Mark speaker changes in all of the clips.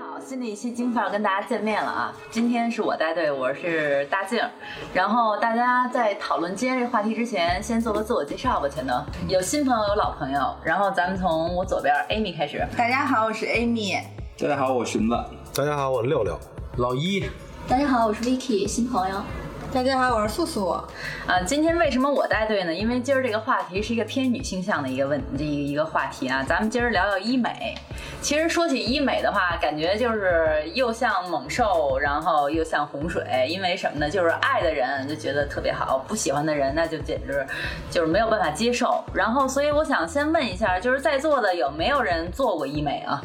Speaker 1: 好，新的一期金范儿跟大家见面了啊！今天是我带队，我是大静儿。然后大家在讨论今天这话题之前，先做个自我介绍吧，前头有新朋友有老朋友，然后咱们从我左边 Amy 开始。
Speaker 2: 大家好，我是 Amy。
Speaker 3: 大家好，我寻子。
Speaker 4: 大家好，我六六，
Speaker 3: 老一，
Speaker 5: 大家好，我是 Vicky，新朋友。
Speaker 2: 大家好，我是素素。
Speaker 1: 啊，今天为什么我带队呢？因为今儿这个话题是一个偏女性向的一个问这一一个话题啊。咱们今儿聊聊医美。其实说起医美的话，感觉就是又像猛兽，然后又像洪水。因为什么呢？就是爱的人就觉得特别好，不喜欢的人那就简直就是没有办法接受。然后，所以我想先问一下，就是在座的有没有人做过医美啊？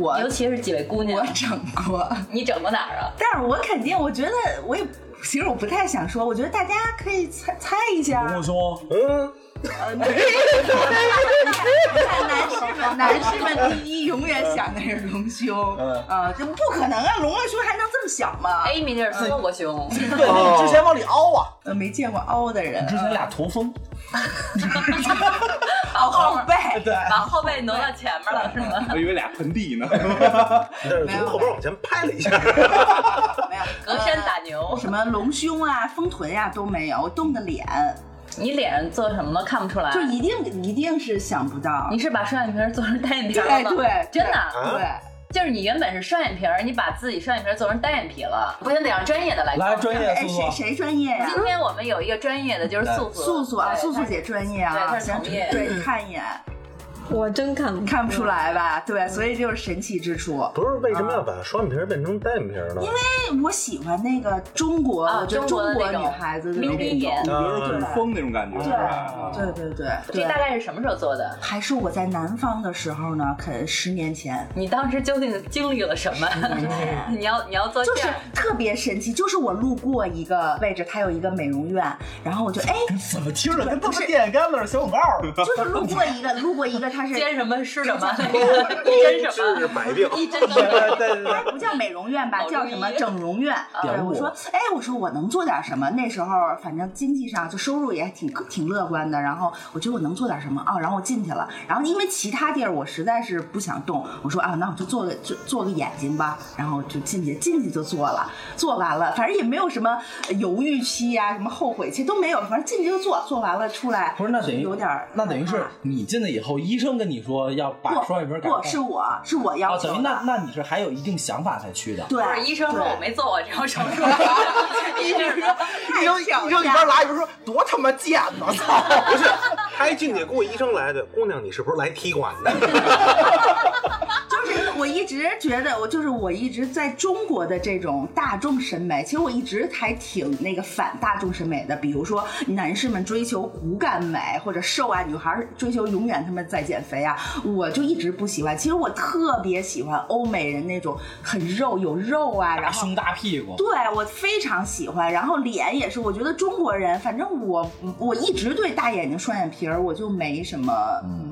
Speaker 2: 我
Speaker 1: 尤其是几位姑
Speaker 2: 我
Speaker 1: 娘，
Speaker 2: 整过，
Speaker 1: 你整过哪儿啊？
Speaker 2: 但是我肯定，我觉得我也，其实我不太想说，我觉得大家可以猜猜一下。
Speaker 3: 木松，
Speaker 4: 嗯，
Speaker 2: 男士们， 男士们第一永远想的是隆胸，
Speaker 3: 嗯
Speaker 2: 啊，这不可能啊，隆了胸还能这么小吗？
Speaker 1: Amy 那是缩过 胸，
Speaker 3: 对
Speaker 4: 哦
Speaker 3: 你之前往里凹啊，
Speaker 2: 呃，没见过凹的人
Speaker 3: 你，之前俩头风，
Speaker 2: 凹后背，
Speaker 3: 对，
Speaker 1: 把后背挪到前面了，是吗？
Speaker 3: 我以为俩盆地 呢。
Speaker 4: 但是从后边往前拍了一下，
Speaker 2: 没有哦
Speaker 1: 隔山打牛，
Speaker 2: 什么隆胸啊、丰臀呀、都没有，动的脸，
Speaker 1: 你脸上做什么了？看不出来。啊
Speaker 2: 就一定一定是想不到
Speaker 1: 你。是把双眼皮儿做成单眼皮儿了
Speaker 2: 对
Speaker 1: 吗？
Speaker 2: 哎对，
Speaker 1: 真的
Speaker 4: 啊
Speaker 2: 对。
Speaker 3: 哎
Speaker 1: 就是你原本是双眼皮儿，你把自己双眼皮儿做成单眼皮了，不行得让专业的来。
Speaker 3: 来，专业
Speaker 2: 哎，
Speaker 3: 素
Speaker 2: 谁
Speaker 6: 啊
Speaker 3: 素，
Speaker 2: 谁专业呀？
Speaker 1: 今天我们有一个专业的，就是素素
Speaker 2: 素素啊，
Speaker 1: 对
Speaker 2: 素素
Speaker 1: 她
Speaker 2: 姐专业
Speaker 1: 对
Speaker 2: 啊，
Speaker 1: 她是
Speaker 2: 行
Speaker 1: 从业，
Speaker 2: 对，看一眼，
Speaker 5: 我真看不
Speaker 2: 看不出来吧？
Speaker 1: 嗯
Speaker 2: 对，所以就是神奇之处。
Speaker 4: 不是为什么要把双眼皮儿变成单眼皮儿呢？因为
Speaker 2: 哎，我喜欢那个中国，
Speaker 1: 啊
Speaker 2: 我觉得
Speaker 1: 中国的
Speaker 2: 中国
Speaker 1: 那种
Speaker 2: 女孩子的
Speaker 1: 溜
Speaker 2: 那
Speaker 1: 冰
Speaker 2: 种
Speaker 1: 眼，
Speaker 3: 就是嗯风啊那种感觉，是吧？
Speaker 2: 对对对
Speaker 1: 这大
Speaker 2: 对。
Speaker 1: 概是什么时候做的？
Speaker 2: 还是我在南方的时候呢，可能十年前，
Speaker 1: 你当时究竟经历了什么？ 你要你要做这
Speaker 2: 就是
Speaker 1: 样，
Speaker 2: 特别神奇，就是我路过一个位置，它有一个美容院，然后我就哎，
Speaker 3: 怎么听着跟他妈电线杆子上小广告似的？
Speaker 2: 就是路过一个，路过一个，它是
Speaker 1: 煎什么吃什么，一针什么
Speaker 4: 治百病，
Speaker 1: 一针都没有。
Speaker 3: 对对对，
Speaker 2: 不叫美容院 吧，
Speaker 1: 老中医
Speaker 2: 叫什么整容院？对，我说，哎，我说我能做点什么？那时候反正经济上就收入也挺挺乐观的，然后我觉得我能做点什么啊、然后我进去了，然后因为其他地儿我实在是不想动，我说啊，那我就做个就做个眼睛吧，然后就进去进去就做了，做完了，反正也没有什么呃犹豫期呀、什么后悔期都没有，反正进去就做，做完了出来，
Speaker 6: 不是，那等于
Speaker 2: 有点儿
Speaker 6: 那等于
Speaker 2: 害
Speaker 6: 是
Speaker 2: 怕
Speaker 6: 你进来以后，医生跟你说要把双眼皮儿改
Speaker 2: 不
Speaker 6: 掉。
Speaker 2: 不是我是我要
Speaker 6: 啊，
Speaker 2: 求
Speaker 6: 等
Speaker 2: 的，
Speaker 6: 于那那你是还有一定想法才去的。
Speaker 2: 对，
Speaker 1: 不是医生说
Speaker 2: 对
Speaker 1: 我没做过这种手 术， 医生说
Speaker 2: 太挑战了
Speaker 3: 拉一边说多他妈贱 呢，操！
Speaker 4: 不是， 他一进去给我医生来的，姑娘，你是不是来踢馆的？
Speaker 2: 就是 我一直觉得，我就是我一直在中国的这种大众审美，其实我一直还挺那个反大众审美的。比如说，男士们追求骨感美或者瘦啊，女孩儿追求永远他们在减肥啊，我就一直不喜欢。其实我特别喜欢欧美人那种很肉有肉啊，然
Speaker 6: 大
Speaker 2: 后
Speaker 6: 胸大屁股，
Speaker 2: 对我非常喜欢，然后脸也是，我觉得中国人，反正我我一直对大眼睛双眼皮儿我就没什么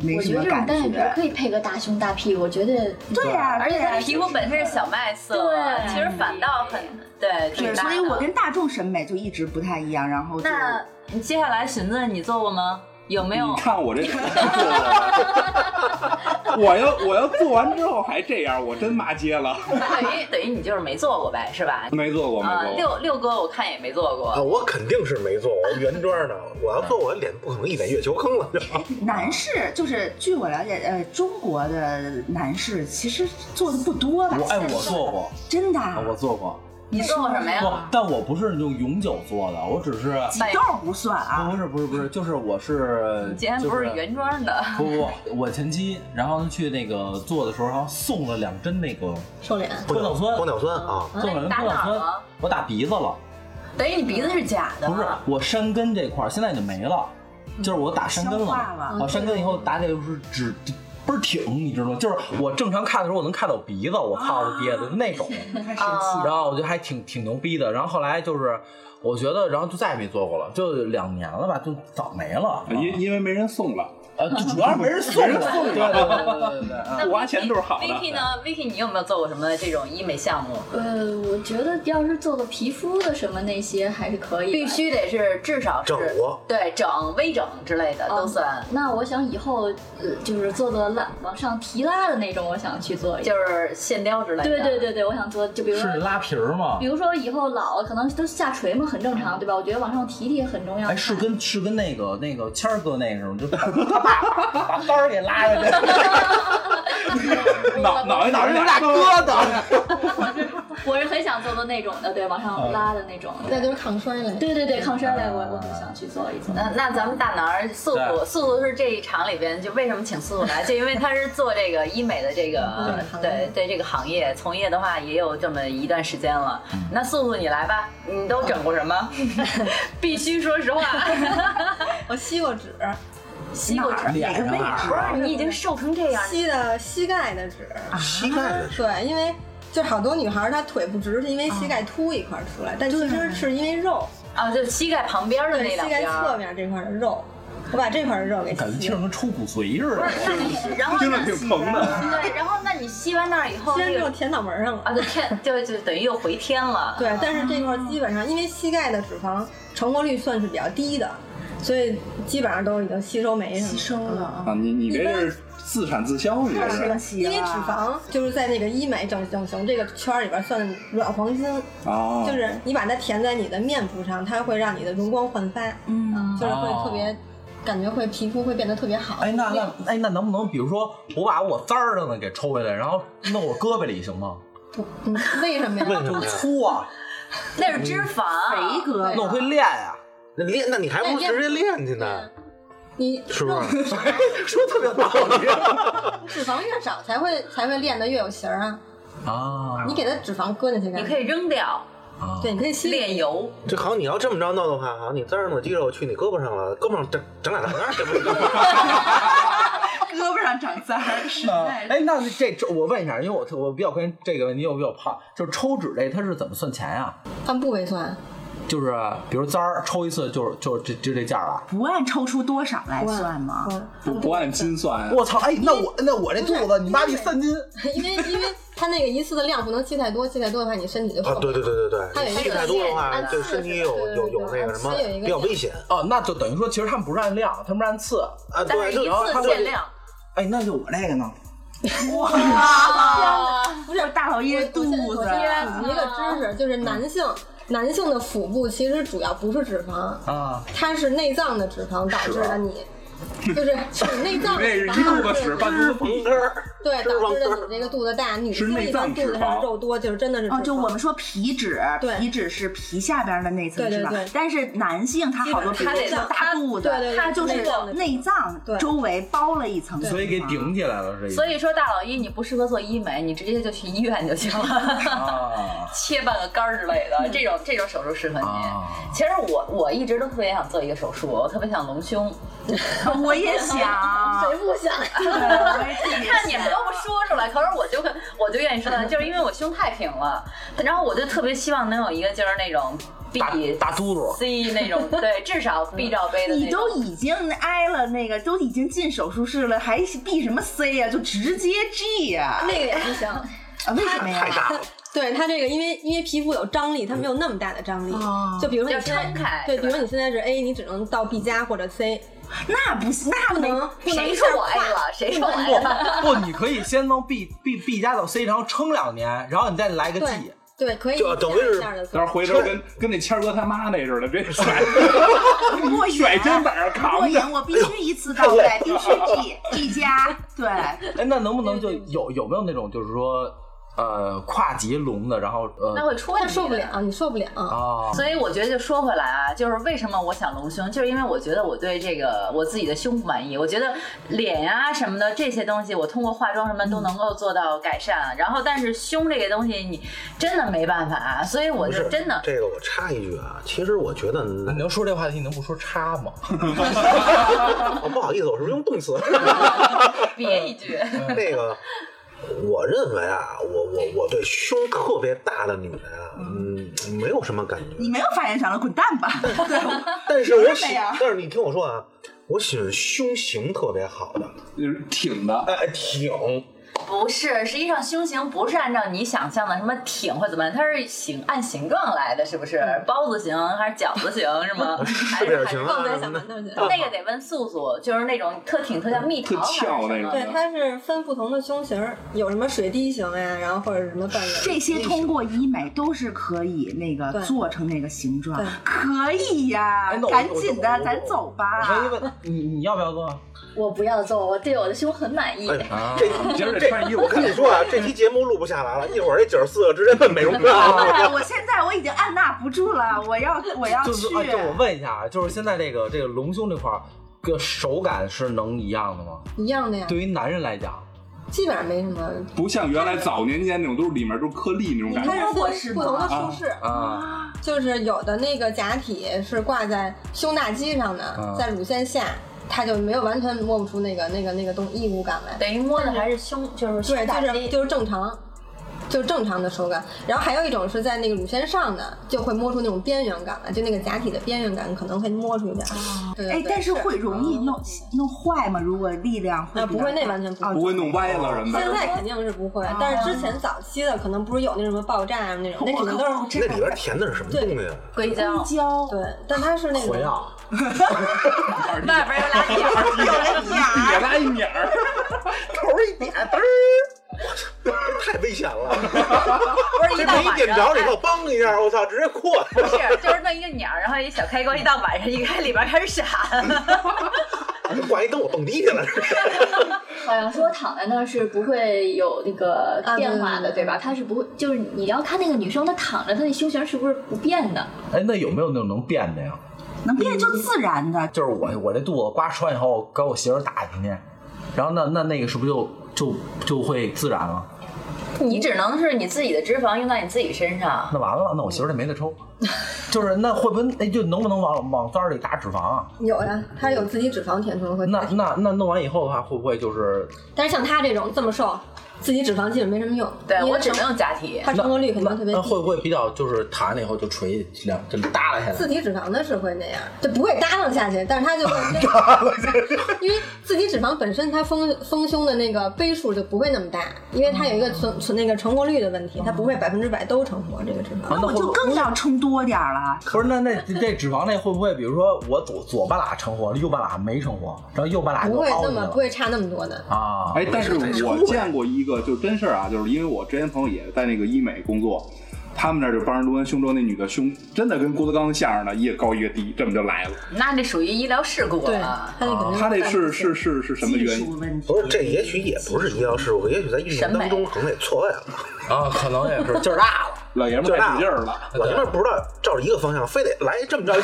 Speaker 2: 没
Speaker 6: 嗯
Speaker 5: 我
Speaker 2: 什
Speaker 5: 觉得
Speaker 2: 么
Speaker 5: 这种
Speaker 2: 感
Speaker 5: 单眼皮儿
Speaker 2: 觉。
Speaker 5: 可以配个大胸大屁股，绝对
Speaker 2: 对呀、
Speaker 1: 而且
Speaker 2: 对呀
Speaker 1: 他皮肤本身是小麦色，
Speaker 5: 对
Speaker 1: 其实反倒很对，挺
Speaker 2: 对，
Speaker 1: 搭
Speaker 2: 所以
Speaker 1: 的
Speaker 2: 我跟大众审美就一直不太一样，然后就
Speaker 1: 那你接下来寻子你做过吗？有没有
Speaker 3: 你？看我这， 我要我要做完之后还这样，我真骂街了。
Speaker 1: 嗯 等于等于你就是没做过呗，是吧？
Speaker 3: 没做过，没
Speaker 1: 啊，
Speaker 3: 做过。
Speaker 1: 六六哥我看也没做
Speaker 4: 啊，
Speaker 1: 过，
Speaker 4: 我肯定是没做，我原装的。我要做，我脸不可能一脸月球 坑了。
Speaker 2: 男士就是据我了解，呃，中国的男士其实做的不多吧？
Speaker 6: 我
Speaker 2: 现
Speaker 6: 哎，
Speaker 2: 在
Speaker 6: 我做过，
Speaker 2: 真的啊，
Speaker 6: 啊我做过，
Speaker 1: 你做过什么
Speaker 6: 不
Speaker 1: 呀？，
Speaker 6: 但我不是用永久做的，我只是
Speaker 2: 挤痘儿不算啊，
Speaker 6: 不是不是不是，就是我
Speaker 1: 你
Speaker 6: 是
Speaker 1: 竟然
Speaker 6: 就
Speaker 1: 不是原装的，
Speaker 6: 不不不，我前期然后去那个做的时候，然后送了两针那个
Speaker 5: 瘦脸。
Speaker 6: 玻尿酸
Speaker 4: 玻，尿酸啊，
Speaker 1: 那
Speaker 6: 送了
Speaker 1: 你
Speaker 6: 两
Speaker 1: 打
Speaker 6: 针玻
Speaker 1: 哪
Speaker 6: 尿
Speaker 1: 儿
Speaker 6: 酸
Speaker 1: 了？，
Speaker 6: 我打鼻子了。
Speaker 1: 等于你鼻子是假的，啊
Speaker 6: 不是，我山根这块儿现在已经没了，
Speaker 1: 嗯
Speaker 6: 就是我打山根
Speaker 2: 消
Speaker 6: 了。
Speaker 2: 化了
Speaker 6: 啊，山根以后打这个是指倍儿挺，你知道吗？就是我正常看的时候，我能看到我鼻子，我靠着憋的就那种。
Speaker 2: 太神
Speaker 1: 啊
Speaker 2: 奇了。
Speaker 6: 然后我觉得还挺挺牛逼的。然后后来就是，我觉得，然后就再也没做过了，就两年了吧，就早没了。
Speaker 3: 啊因因为没人送了，
Speaker 6: 呃，就主要是没人送，
Speaker 3: 没人送
Speaker 6: 对对对对对对啊。
Speaker 1: 那
Speaker 3: 我花钱都是好的
Speaker 1: Vicky 呢？Vicky，你有没有做过什么这种医美项目？
Speaker 5: 呃，我觉得要是做个皮肤的什么那些还是可以的，
Speaker 1: 必须得是至少是哦
Speaker 4: 整过
Speaker 1: 对整微整之类的
Speaker 5: 嗯
Speaker 1: 都算，
Speaker 5: 那我想以后呃，就是做个拉往上提拉的那种，我想去做一下。
Speaker 1: 就是线雕之类的。
Speaker 5: 对对对对，我想做，就比如说
Speaker 6: 是拉皮儿吗
Speaker 5: 比？如说以后老了，可能都下垂嘛，很正常，对吧？我觉得往上提提也很重要。
Speaker 6: 哎，是跟是跟那个那个谦儿哥那个什么，就把 把把杆儿给拉下去，
Speaker 3: 脑 脑袋
Speaker 6: 哪儿
Speaker 3: 哎哪儿
Speaker 6: 有俩
Speaker 3: 疙
Speaker 6: 疙瘩？
Speaker 5: 我是很想做做那种的，对，往上拉的那种。
Speaker 7: 那都是抗衰嘞。
Speaker 5: 对对对，抗衰类我我很想去做一做。
Speaker 1: 那那咱们大男儿素素
Speaker 6: 对
Speaker 1: 素素是这一场里边，就为什么请素素来，就因为他是做这个医美的这个
Speaker 7: 嗯
Speaker 1: 对对这个行业从业的话也有这么一段时间了。那素素你来吧，你都整过什么？ 必须说实话，
Speaker 7: 我吸过纸，
Speaker 1: 啊吸过
Speaker 2: 哪儿啊哪个
Speaker 6: 脸上啊
Speaker 2: 位
Speaker 6: 哪
Speaker 2: 置
Speaker 6: 儿
Speaker 1: 不是你已经瘦成这样，
Speaker 7: 吸的膝盖的纸。
Speaker 1: 啊
Speaker 4: 膝盖的事，
Speaker 7: 对，因为就是好多女孩儿她腿不直，是因为膝盖凸一块儿出来，但其实是因为肉，
Speaker 1: 啊，就膝盖旁边的
Speaker 7: 对
Speaker 1: 那两
Speaker 7: 膝盖
Speaker 1: 边
Speaker 7: 侧
Speaker 1: 儿。
Speaker 7: 面这块儿的肉，我把这块儿的肉给
Speaker 6: 感觉
Speaker 7: 吸
Speaker 6: 听着
Speaker 7: 了。
Speaker 6: 跟抽骨髓似的。
Speaker 1: 然后
Speaker 3: 瘩，听着挺疼的。
Speaker 1: 对，然后那你吸完那儿以后，
Speaker 7: 吸
Speaker 1: 哦
Speaker 7: 完
Speaker 1: 那
Speaker 7: 之后
Speaker 1: 个
Speaker 7: 填脑门儿上了。
Speaker 1: 啊，就啊天就就等于又回天了。
Speaker 7: 对，但是这块儿基本上因为膝盖的脂肪成活率算是比较低的，所以基本上都已经吸收没什么。
Speaker 2: 吸收了，
Speaker 3: 啊，你你这是自产自销，你这
Speaker 2: 太
Speaker 3: 是
Speaker 2: 神奇
Speaker 7: 因
Speaker 2: 了。
Speaker 7: 为脂肪就是在那个医美整整形这个圈儿里边儿算软黄金，
Speaker 6: 哦
Speaker 3: 啊，
Speaker 7: 就是你把它填在你的面部上，它会让你的容光焕发，
Speaker 2: 嗯，
Speaker 7: 就是会
Speaker 6: 哦
Speaker 7: 特别，感觉会皮肤会变得特别好。
Speaker 6: 哎，那那哎，那能不能比如说我把我簪儿上的给抽回来，然后弄我胳膊里行吗？
Speaker 7: 嗯为什么呀？
Speaker 6: 就粗啊，
Speaker 1: 那是脂肪，
Speaker 2: 肥哥
Speaker 7: 对
Speaker 6: 弄会练啊。
Speaker 4: 那练那你还不如直接练去呢，
Speaker 7: 你
Speaker 4: 是不
Speaker 7: 肉
Speaker 4: 是？ 说特别有道理。
Speaker 7: 脂肪越少才会才会练得越有型儿啊！
Speaker 6: 啊，
Speaker 7: 你给它脂肪搁进去干
Speaker 1: 你
Speaker 7: 嘛，
Speaker 1: 可以扔掉，
Speaker 6: 啊
Speaker 7: 对，你可以吸
Speaker 1: 炼油。
Speaker 4: 这好像你要这么着弄的话，好像你这儿弄肌肉去你胳膊上了，胳膊上整整俩大杆儿，这不是
Speaker 2: 胳膊上长簪儿，实
Speaker 6: 那
Speaker 2: 在是
Speaker 6: 哎，那这这我问一下，因为我特我比较关心这个问题，我比较胖，就是抽脂类它是怎么算钱啊？
Speaker 7: 按部位算，
Speaker 6: 就是比如簪儿抽一次就是就是这就这价儿了。
Speaker 2: 不按抽出多少来算吗？
Speaker 7: 嗯，
Speaker 3: 不 不按斤算，啊
Speaker 6: 我操！哎，那我那我这肚子，你妈逼三斤！
Speaker 7: 因为因为它那个一次的量不能吸太多，吸太多的话你身体就
Speaker 4: 啊
Speaker 7: 受，不
Speaker 4: 对
Speaker 7: 了。
Speaker 4: 对对对对，
Speaker 7: 它有一
Speaker 4: 你
Speaker 7: 个
Speaker 4: 吸太多的话，
Speaker 7: 按
Speaker 4: 对
Speaker 7: 次
Speaker 4: 身体
Speaker 7: 是
Speaker 4: 有
Speaker 7: 对
Speaker 4: 有
Speaker 7: 对
Speaker 4: 有
Speaker 7: 对
Speaker 4: 那个
Speaker 7: 按
Speaker 4: 什么
Speaker 7: 次有一个
Speaker 4: 比较
Speaker 7: 量
Speaker 4: 危险
Speaker 6: 哦，那就等于说，其实他们不是按量，他们是按次。
Speaker 4: 啊，
Speaker 1: 但是
Speaker 4: 对，
Speaker 1: 一
Speaker 4: 就
Speaker 1: 次
Speaker 4: 就
Speaker 1: 限量。
Speaker 6: 哎，那就我这个呢？
Speaker 2: 不是大老爷肚
Speaker 7: 我
Speaker 2: 子
Speaker 7: 先，普及一个知识，就是男性男性的腹部其实主要不是脂肪，
Speaker 6: 啊，
Speaker 7: 它是内脏的脂肪导致的你，就是是内脏的
Speaker 3: 这是
Speaker 7: 脂
Speaker 3: 一
Speaker 7: 肪
Speaker 3: 肚
Speaker 7: 导
Speaker 3: 子
Speaker 7: 致
Speaker 3: 屎
Speaker 7: 的
Speaker 3: 半肚子
Speaker 4: 膨根儿，
Speaker 7: 对
Speaker 4: 脂肪
Speaker 7: 导致的
Speaker 4: 肝儿
Speaker 7: 你这个肚子大，女
Speaker 3: 是
Speaker 7: 性
Speaker 3: 内
Speaker 7: 一
Speaker 3: 脏
Speaker 7: 般
Speaker 3: 脂
Speaker 7: 肚子上
Speaker 3: 肪
Speaker 7: 肉多，就是真的是脂
Speaker 2: 哦，就
Speaker 7: 肪
Speaker 2: 我们说皮脂，
Speaker 7: 对
Speaker 2: 皮脂是皮下边的那层
Speaker 7: 对
Speaker 2: 脂
Speaker 7: 对
Speaker 2: 肪
Speaker 7: 对，
Speaker 2: 但是男性他好多，比
Speaker 1: 基
Speaker 2: 如
Speaker 1: 本上
Speaker 2: 说
Speaker 1: 他
Speaker 2: 大肚子
Speaker 7: 对对，对
Speaker 2: 他就是
Speaker 7: 内脏的
Speaker 2: 内脏
Speaker 7: 对
Speaker 2: 周围包了一层脂肪，
Speaker 6: 所以给顶起来了，这一
Speaker 1: 所以说，大老一你不适合做医美，你直接就去医院就行了，
Speaker 6: 啊 嗯
Speaker 1: 切半个肝儿之类的，这种这种手术适合你。
Speaker 6: 啊，
Speaker 1: 其实我我一直都特别想做一个手术，我特别想隆胸。
Speaker 2: 我也想，
Speaker 7: 谁不想？
Speaker 2: 对我也特别
Speaker 1: 看你们都不说出来，可是我就我就 愿意说出来，就是因为我胸太平了，然后我就特别希望能有一个就是那种 B
Speaker 6: 大大嘟 嘟，
Speaker 1: C 那 种，对，至少 B 罩杯的那种。
Speaker 2: 你都已经挨了那个，都已经进手术室了，还 B 什么 C 呀、就直接 G 呀、
Speaker 7: 那个也不行。
Speaker 2: 啊？为什么呀
Speaker 4: 太？大了，
Speaker 7: 对它这个，因为因为皮肤有张力，它没有那么大的张力。
Speaker 2: 哦
Speaker 7: 就比如说你现
Speaker 1: 要
Speaker 7: 在
Speaker 1: 撑开
Speaker 7: 对，
Speaker 1: 是
Speaker 7: 比
Speaker 1: 吧
Speaker 7: 如说你现在是 A，你只能到 B 加或者 C，
Speaker 2: 那不行，那
Speaker 7: 不
Speaker 2: 没
Speaker 7: 能不能
Speaker 1: 谁说我 A 了？谁说我 A 了？
Speaker 6: 不，你可以先从 B B B 加到 C，然后撑两年，然后你再来个 G
Speaker 7: 对。对，可以
Speaker 4: 就等于是
Speaker 7: 这样的
Speaker 3: 到时候回头跟跟那谦儿哥他妈那似的， 别甩
Speaker 2: 过啊瘾
Speaker 3: 甩肩膀
Speaker 2: 过
Speaker 3: 扛
Speaker 2: 瘾
Speaker 3: 着。，
Speaker 2: 我必须一次到位，必 须 G G 加，对，
Speaker 6: 哎，那能不能就有有没有那种就是说，呃，跨级隆的，然后呃
Speaker 1: 那会出问
Speaker 7: 但
Speaker 1: 题，
Speaker 7: 受不。了，你受不了。
Speaker 6: 啊，
Speaker 1: 所以我觉得，就说回来啊，就是为什么我想隆胸，就是因为我觉得我对这个我自己的胸不满意。我觉得脸呀、什么的这些东西，我通过化妆什么都能够做到改善。然后，但是胸这个东西，你真的没办法、啊所以我
Speaker 4: 不
Speaker 1: 就是真的
Speaker 4: 这个我插一句啊，其实我觉得
Speaker 6: 你能说这话题，你能不说叉吗？
Speaker 4: 我哦不好意思，我是不是用动词？
Speaker 1: 别一句，
Speaker 4: 那个，我认为啊，我我我对胸特别大的女人啊，嗯，没有什么感 觉。
Speaker 2: 你没有发言权了，滚蛋吧！对，
Speaker 4: 但是我
Speaker 2: 这
Speaker 4: 喜
Speaker 2: 样，
Speaker 4: 但是你听我说啊，我喜欢胸型特别好的，
Speaker 6: 就是挺的，
Speaker 4: 哎，挺，
Speaker 1: 不是，实际上胸型不是按照你想象的什么挺或怎么样，它是形按形状来的，是不是？包子形还是饺子形是吗？还是
Speaker 4: 点
Speaker 1: 还是
Speaker 4: 型
Speaker 7: 豆
Speaker 4: 啊
Speaker 7: 瓣
Speaker 4: 什
Speaker 7: 小
Speaker 4: 么
Speaker 7: 馒
Speaker 6: 嗯
Speaker 4: 的。
Speaker 7: 头去。
Speaker 1: 那个得问素素，就是那种特挺特像蜜桃
Speaker 3: 特翘
Speaker 1: 还是什
Speaker 3: 那
Speaker 1: 么
Speaker 3: 种
Speaker 7: 对，它是分不同的胸型儿，有什么水滴型呀，然后或者什么半圆。
Speaker 2: 这些通过医美都是可以那个
Speaker 7: 对
Speaker 2: 做成那个形状
Speaker 7: 对，
Speaker 2: 可以呀、
Speaker 6: 哎那我
Speaker 2: 赶紧
Speaker 6: 我
Speaker 2: 的，
Speaker 6: 我
Speaker 2: 咱走吧。
Speaker 6: 我还以为你你要不要做啊？
Speaker 5: 我不要揍，我对我的胸很满 意。
Speaker 4: 哎
Speaker 6: 啊
Speaker 4: 这
Speaker 3: 你今儿
Speaker 4: 这
Speaker 3: 得穿衣服，
Speaker 4: 我跟你说啊，这期节目录不下来了，一会儿这九十四个直接奔美容院啊 了。
Speaker 2: 哎，我现在我已经按捺不住了，我要我要
Speaker 6: 就是
Speaker 2: 去。
Speaker 6: 啊，就我问一下啊，就是现在这个这个隆胸这块儿，个手感是能一样的吗？
Speaker 7: 一样的呀，
Speaker 6: 对于男人来讲，
Speaker 7: 基本上没什么。
Speaker 3: 不像原来早年间那种都是里面都是颗粒那种感
Speaker 7: 它
Speaker 3: 觉。
Speaker 7: 是
Speaker 2: 我
Speaker 7: 分
Speaker 2: 是
Speaker 7: 不同的
Speaker 3: 吗
Speaker 7: 舒适，
Speaker 6: 啊，
Speaker 7: 就是有的那个假体是挂在胸大肌上的
Speaker 6: 啊，
Speaker 7: 在乳腺下，它就没有完全摸不出那个那个那个东异物感来。
Speaker 1: 等于摸的还是胸，就是胸
Speaker 7: 对，
Speaker 1: 大
Speaker 7: 就是
Speaker 1: 肌。
Speaker 7: 就是正常，就是正常的手感。然后还有一种是在那个乳腺上的，就会摸出那种边缘感了，就那个假体的边缘感可能会摸出一点儿。对对
Speaker 2: 哎，
Speaker 7: 对
Speaker 2: 但是会容易弄弄坏吗？如果力量会
Speaker 7: 啊
Speaker 2: 比
Speaker 7: 不
Speaker 2: 较
Speaker 7: 会，那
Speaker 2: 大
Speaker 7: 完全不
Speaker 2: 啊
Speaker 7: 会。
Speaker 3: 不会弄歪了什么
Speaker 7: 现
Speaker 3: 的，
Speaker 7: 在肯定是不
Speaker 6: 哦
Speaker 7: 会，但是之前早期的可能不是有那什么爆炸啊那种，那
Speaker 2: 我
Speaker 7: 肯定
Speaker 2: 靠
Speaker 7: 都是
Speaker 2: 这
Speaker 4: 那里
Speaker 2: 个
Speaker 4: 边填的是什么东西啊？
Speaker 1: 硅胶，
Speaker 2: 胶
Speaker 7: 对，但它是那种
Speaker 6: 火药，
Speaker 1: 外边有 俩点儿，
Speaker 3: 也拉一捻 儿，
Speaker 4: 头儿一点，嘚儿，我操，这 太危险了！
Speaker 1: 不是
Speaker 4: 这
Speaker 1: 一到
Speaker 4: 没一
Speaker 1: 晚
Speaker 4: 点
Speaker 1: 上
Speaker 4: 着，里
Speaker 1: 哎
Speaker 4: 头，梆一下，我操，直接扩了。
Speaker 1: 不是，就是弄一个鸟儿，然后一小开关，一到晚上一开，里边开始闪。
Speaker 4: 挂一灯，我蹦迪去了。
Speaker 5: 好像说躺在那儿是不会有那个变化的，
Speaker 7: 啊对对对
Speaker 5: 对吧？它是不会，就是你要看那个女生，她躺着，她那胸型是不是不变的？
Speaker 6: 哎，那有没有那种能变的呀？
Speaker 2: 能变就自然的。
Speaker 6: 就是我我这肚子刮穿以后，给我媳妇儿打进去，然后那那那个是不是就就就会自然了？
Speaker 1: 你只能是你自己的脂肪用到你自己身上。
Speaker 6: 那完了，那我媳妇儿这没得抽，就是那会不会哎就能不能往往三儿里打脂肪啊？
Speaker 7: 有呀，它有自己脂肪填充会。
Speaker 6: 那那那弄完以后的话，会不会就是
Speaker 7: 但是像它这种这么瘦，自己脂肪基本没什么用。
Speaker 1: 对
Speaker 7: 因为
Speaker 1: 我只
Speaker 7: 成
Speaker 1: 能用假体。
Speaker 7: 它成活率肯定特别
Speaker 6: 那
Speaker 7: 低
Speaker 6: 会。不会比较就是弹了以后就垂两就耷拉下来？
Speaker 7: 自体脂肪的是会那样，就不会耷拉下去，但是它就 会耷拉下去，因为自体脂肪本身它丰丰胸的那个杯数就不会那么大，因为它有一个存存那个成活率的问题，它不会百分之百都成活这个脂肪。
Speaker 6: 啊那
Speaker 2: 我
Speaker 6: 会
Speaker 2: 就
Speaker 6: 不
Speaker 2: 更要撑多点儿了，
Speaker 6: 不是那那这脂肪那会不会，比如说我左左半拉成活了，右半拉没成活，然后右半拉就
Speaker 7: 不会
Speaker 6: 凹
Speaker 7: 那
Speaker 6: 进去
Speaker 7: 么不
Speaker 6: 了
Speaker 7: 会差那么多的，
Speaker 6: 啊？
Speaker 3: 哎，但是我见过一个，就是真事儿啊，就是因为我之前朋友也在那个医美工作，他们那儿就帮人录完胸之后，那女的胸真的跟郭德纲相声的，一个高一个低，这么就来了。
Speaker 1: 那这属于医疗事故
Speaker 7: 对，
Speaker 1: 了。
Speaker 7: 它那肯定
Speaker 3: 哦她这
Speaker 7: 办
Speaker 3: 是
Speaker 7: 不
Speaker 3: 是
Speaker 7: 起
Speaker 3: 是是什么
Speaker 2: 技
Speaker 3: 原
Speaker 2: 术
Speaker 3: 因？
Speaker 2: 问题。
Speaker 4: 不是，这也许也不是医疗事故，也许在运
Speaker 1: 审
Speaker 4: 营
Speaker 1: 美
Speaker 4: 当中可能也错位了。
Speaker 6: 啊，可能也是劲儿大了。
Speaker 3: 老爷们儿太使劲儿了，
Speaker 4: 我他妈不知道照着一个方向，非得来这么 着。
Speaker 2: 你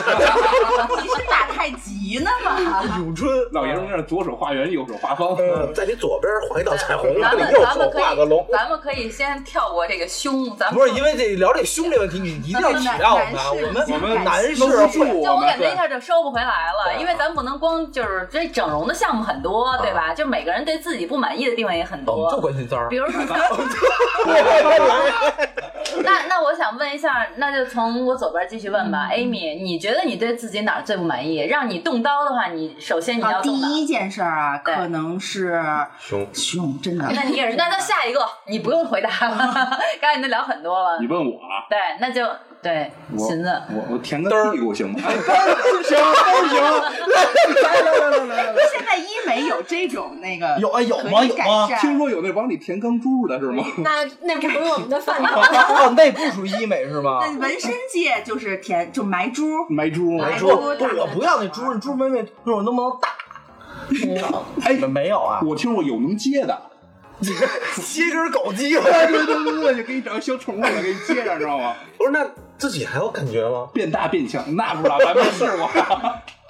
Speaker 2: 是打太极呢嘛？
Speaker 4: 咏春
Speaker 3: 老爷们儿那左手画圆，右手画方。
Speaker 4: 呃，在你左边画一道彩虹，
Speaker 1: 咱
Speaker 4: 在
Speaker 1: 们
Speaker 4: 你右
Speaker 1: 咱
Speaker 4: 手
Speaker 1: 们可
Speaker 4: 画个龙
Speaker 1: 以，。咱们可以先跳过这个胸，咱们
Speaker 6: 不是因为这聊这胸这问题，你一定要提到我们啊，我们
Speaker 3: 我们
Speaker 6: 男士
Speaker 3: 搂不住
Speaker 6: 会
Speaker 1: 就
Speaker 3: 我
Speaker 1: 我
Speaker 3: 们
Speaker 1: 感觉一下就收不回来了，
Speaker 6: 对
Speaker 1: 因为咱不能光就是这整容的项目很多，对吧？就每个人对自己不满意的地方也很
Speaker 6: 我们就
Speaker 1: 多。
Speaker 6: 关心三儿
Speaker 1: 比。如说， 那那我想问一下，那就从我左边继续问吧，Amy，你觉得你对自己哪儿最不满意？让你动刀的话，你首先你
Speaker 2: 好，
Speaker 1: 要
Speaker 2: 第
Speaker 1: 动哪儿？
Speaker 2: 一件事儿啊，
Speaker 1: 对
Speaker 2: 可能是
Speaker 4: 胸
Speaker 2: 胸，真的。
Speaker 1: 那你也是，那那下一个你不用回答 了，刚才你都聊很多了
Speaker 3: 你。问我啊，
Speaker 1: 对，那就对
Speaker 3: 我
Speaker 1: 寻子，
Speaker 3: 我我填个屁股行吗？
Speaker 6: 行都行，来来来来来来，
Speaker 2: 现在医美有这种 那个
Speaker 6: 有啊有吗
Speaker 2: 可以改
Speaker 6: 有吗
Speaker 2: 善
Speaker 3: 听说有那往里填钢珠的是吗？
Speaker 7: 那那不是我们的范畴。
Speaker 6: 哦，那不属于医美是吗？
Speaker 2: 那纹身界就是填就埋珠，
Speaker 3: 埋珠
Speaker 2: 埋
Speaker 6: 不，
Speaker 2: 珠
Speaker 6: 不，我不要那猪，猪妹妹，不是我能不能 大？哎，没有啊，
Speaker 3: 我听说有能接的，
Speaker 6: 接根狗鸡 了。
Speaker 3: 对对对对对，就给你找一小宠物来给你接上，知道吗？
Speaker 4: 不是，那自己还有感觉吗？
Speaker 3: 变大变强，那不知道，咱没试过。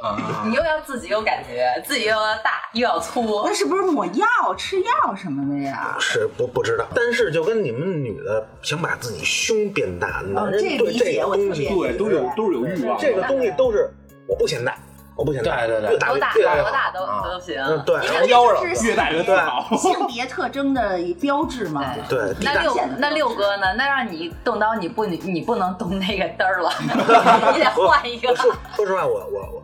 Speaker 6: 啊
Speaker 1: 你又要自己有感觉，自己又要大又要粗
Speaker 2: 那，是不是抹药、吃药什么的呀？
Speaker 4: 是不不知道，但是就跟你们女的想把自己胸变大，男人
Speaker 2: 这
Speaker 4: 对
Speaker 2: 理
Speaker 4: 这
Speaker 2: 解
Speaker 4: 个
Speaker 2: 我特
Speaker 4: 东
Speaker 2: 别
Speaker 4: 西，
Speaker 3: 对，都有都是有欲望的。
Speaker 4: 这个东西都是我不嫌大，我不嫌大，
Speaker 6: 对对对
Speaker 4: 越大
Speaker 1: 多
Speaker 4: 越
Speaker 1: 大
Speaker 4: 越大越
Speaker 1: 多
Speaker 4: 好
Speaker 1: 大都
Speaker 6: 啊
Speaker 1: 都行。
Speaker 4: 嗯，对，
Speaker 2: 因为
Speaker 6: 腰
Speaker 2: 这
Speaker 6: 上
Speaker 2: 就是
Speaker 3: 越大越自豪。
Speaker 2: 性别特征的标志嘛。
Speaker 1: 对
Speaker 4: 对，
Speaker 1: 那
Speaker 2: 明
Speaker 1: 六
Speaker 2: 显的
Speaker 1: 那六哥呢？那让你动刀，你不你不能动那个嘚儿了，你得换一个
Speaker 4: 不。是，说实话，我我我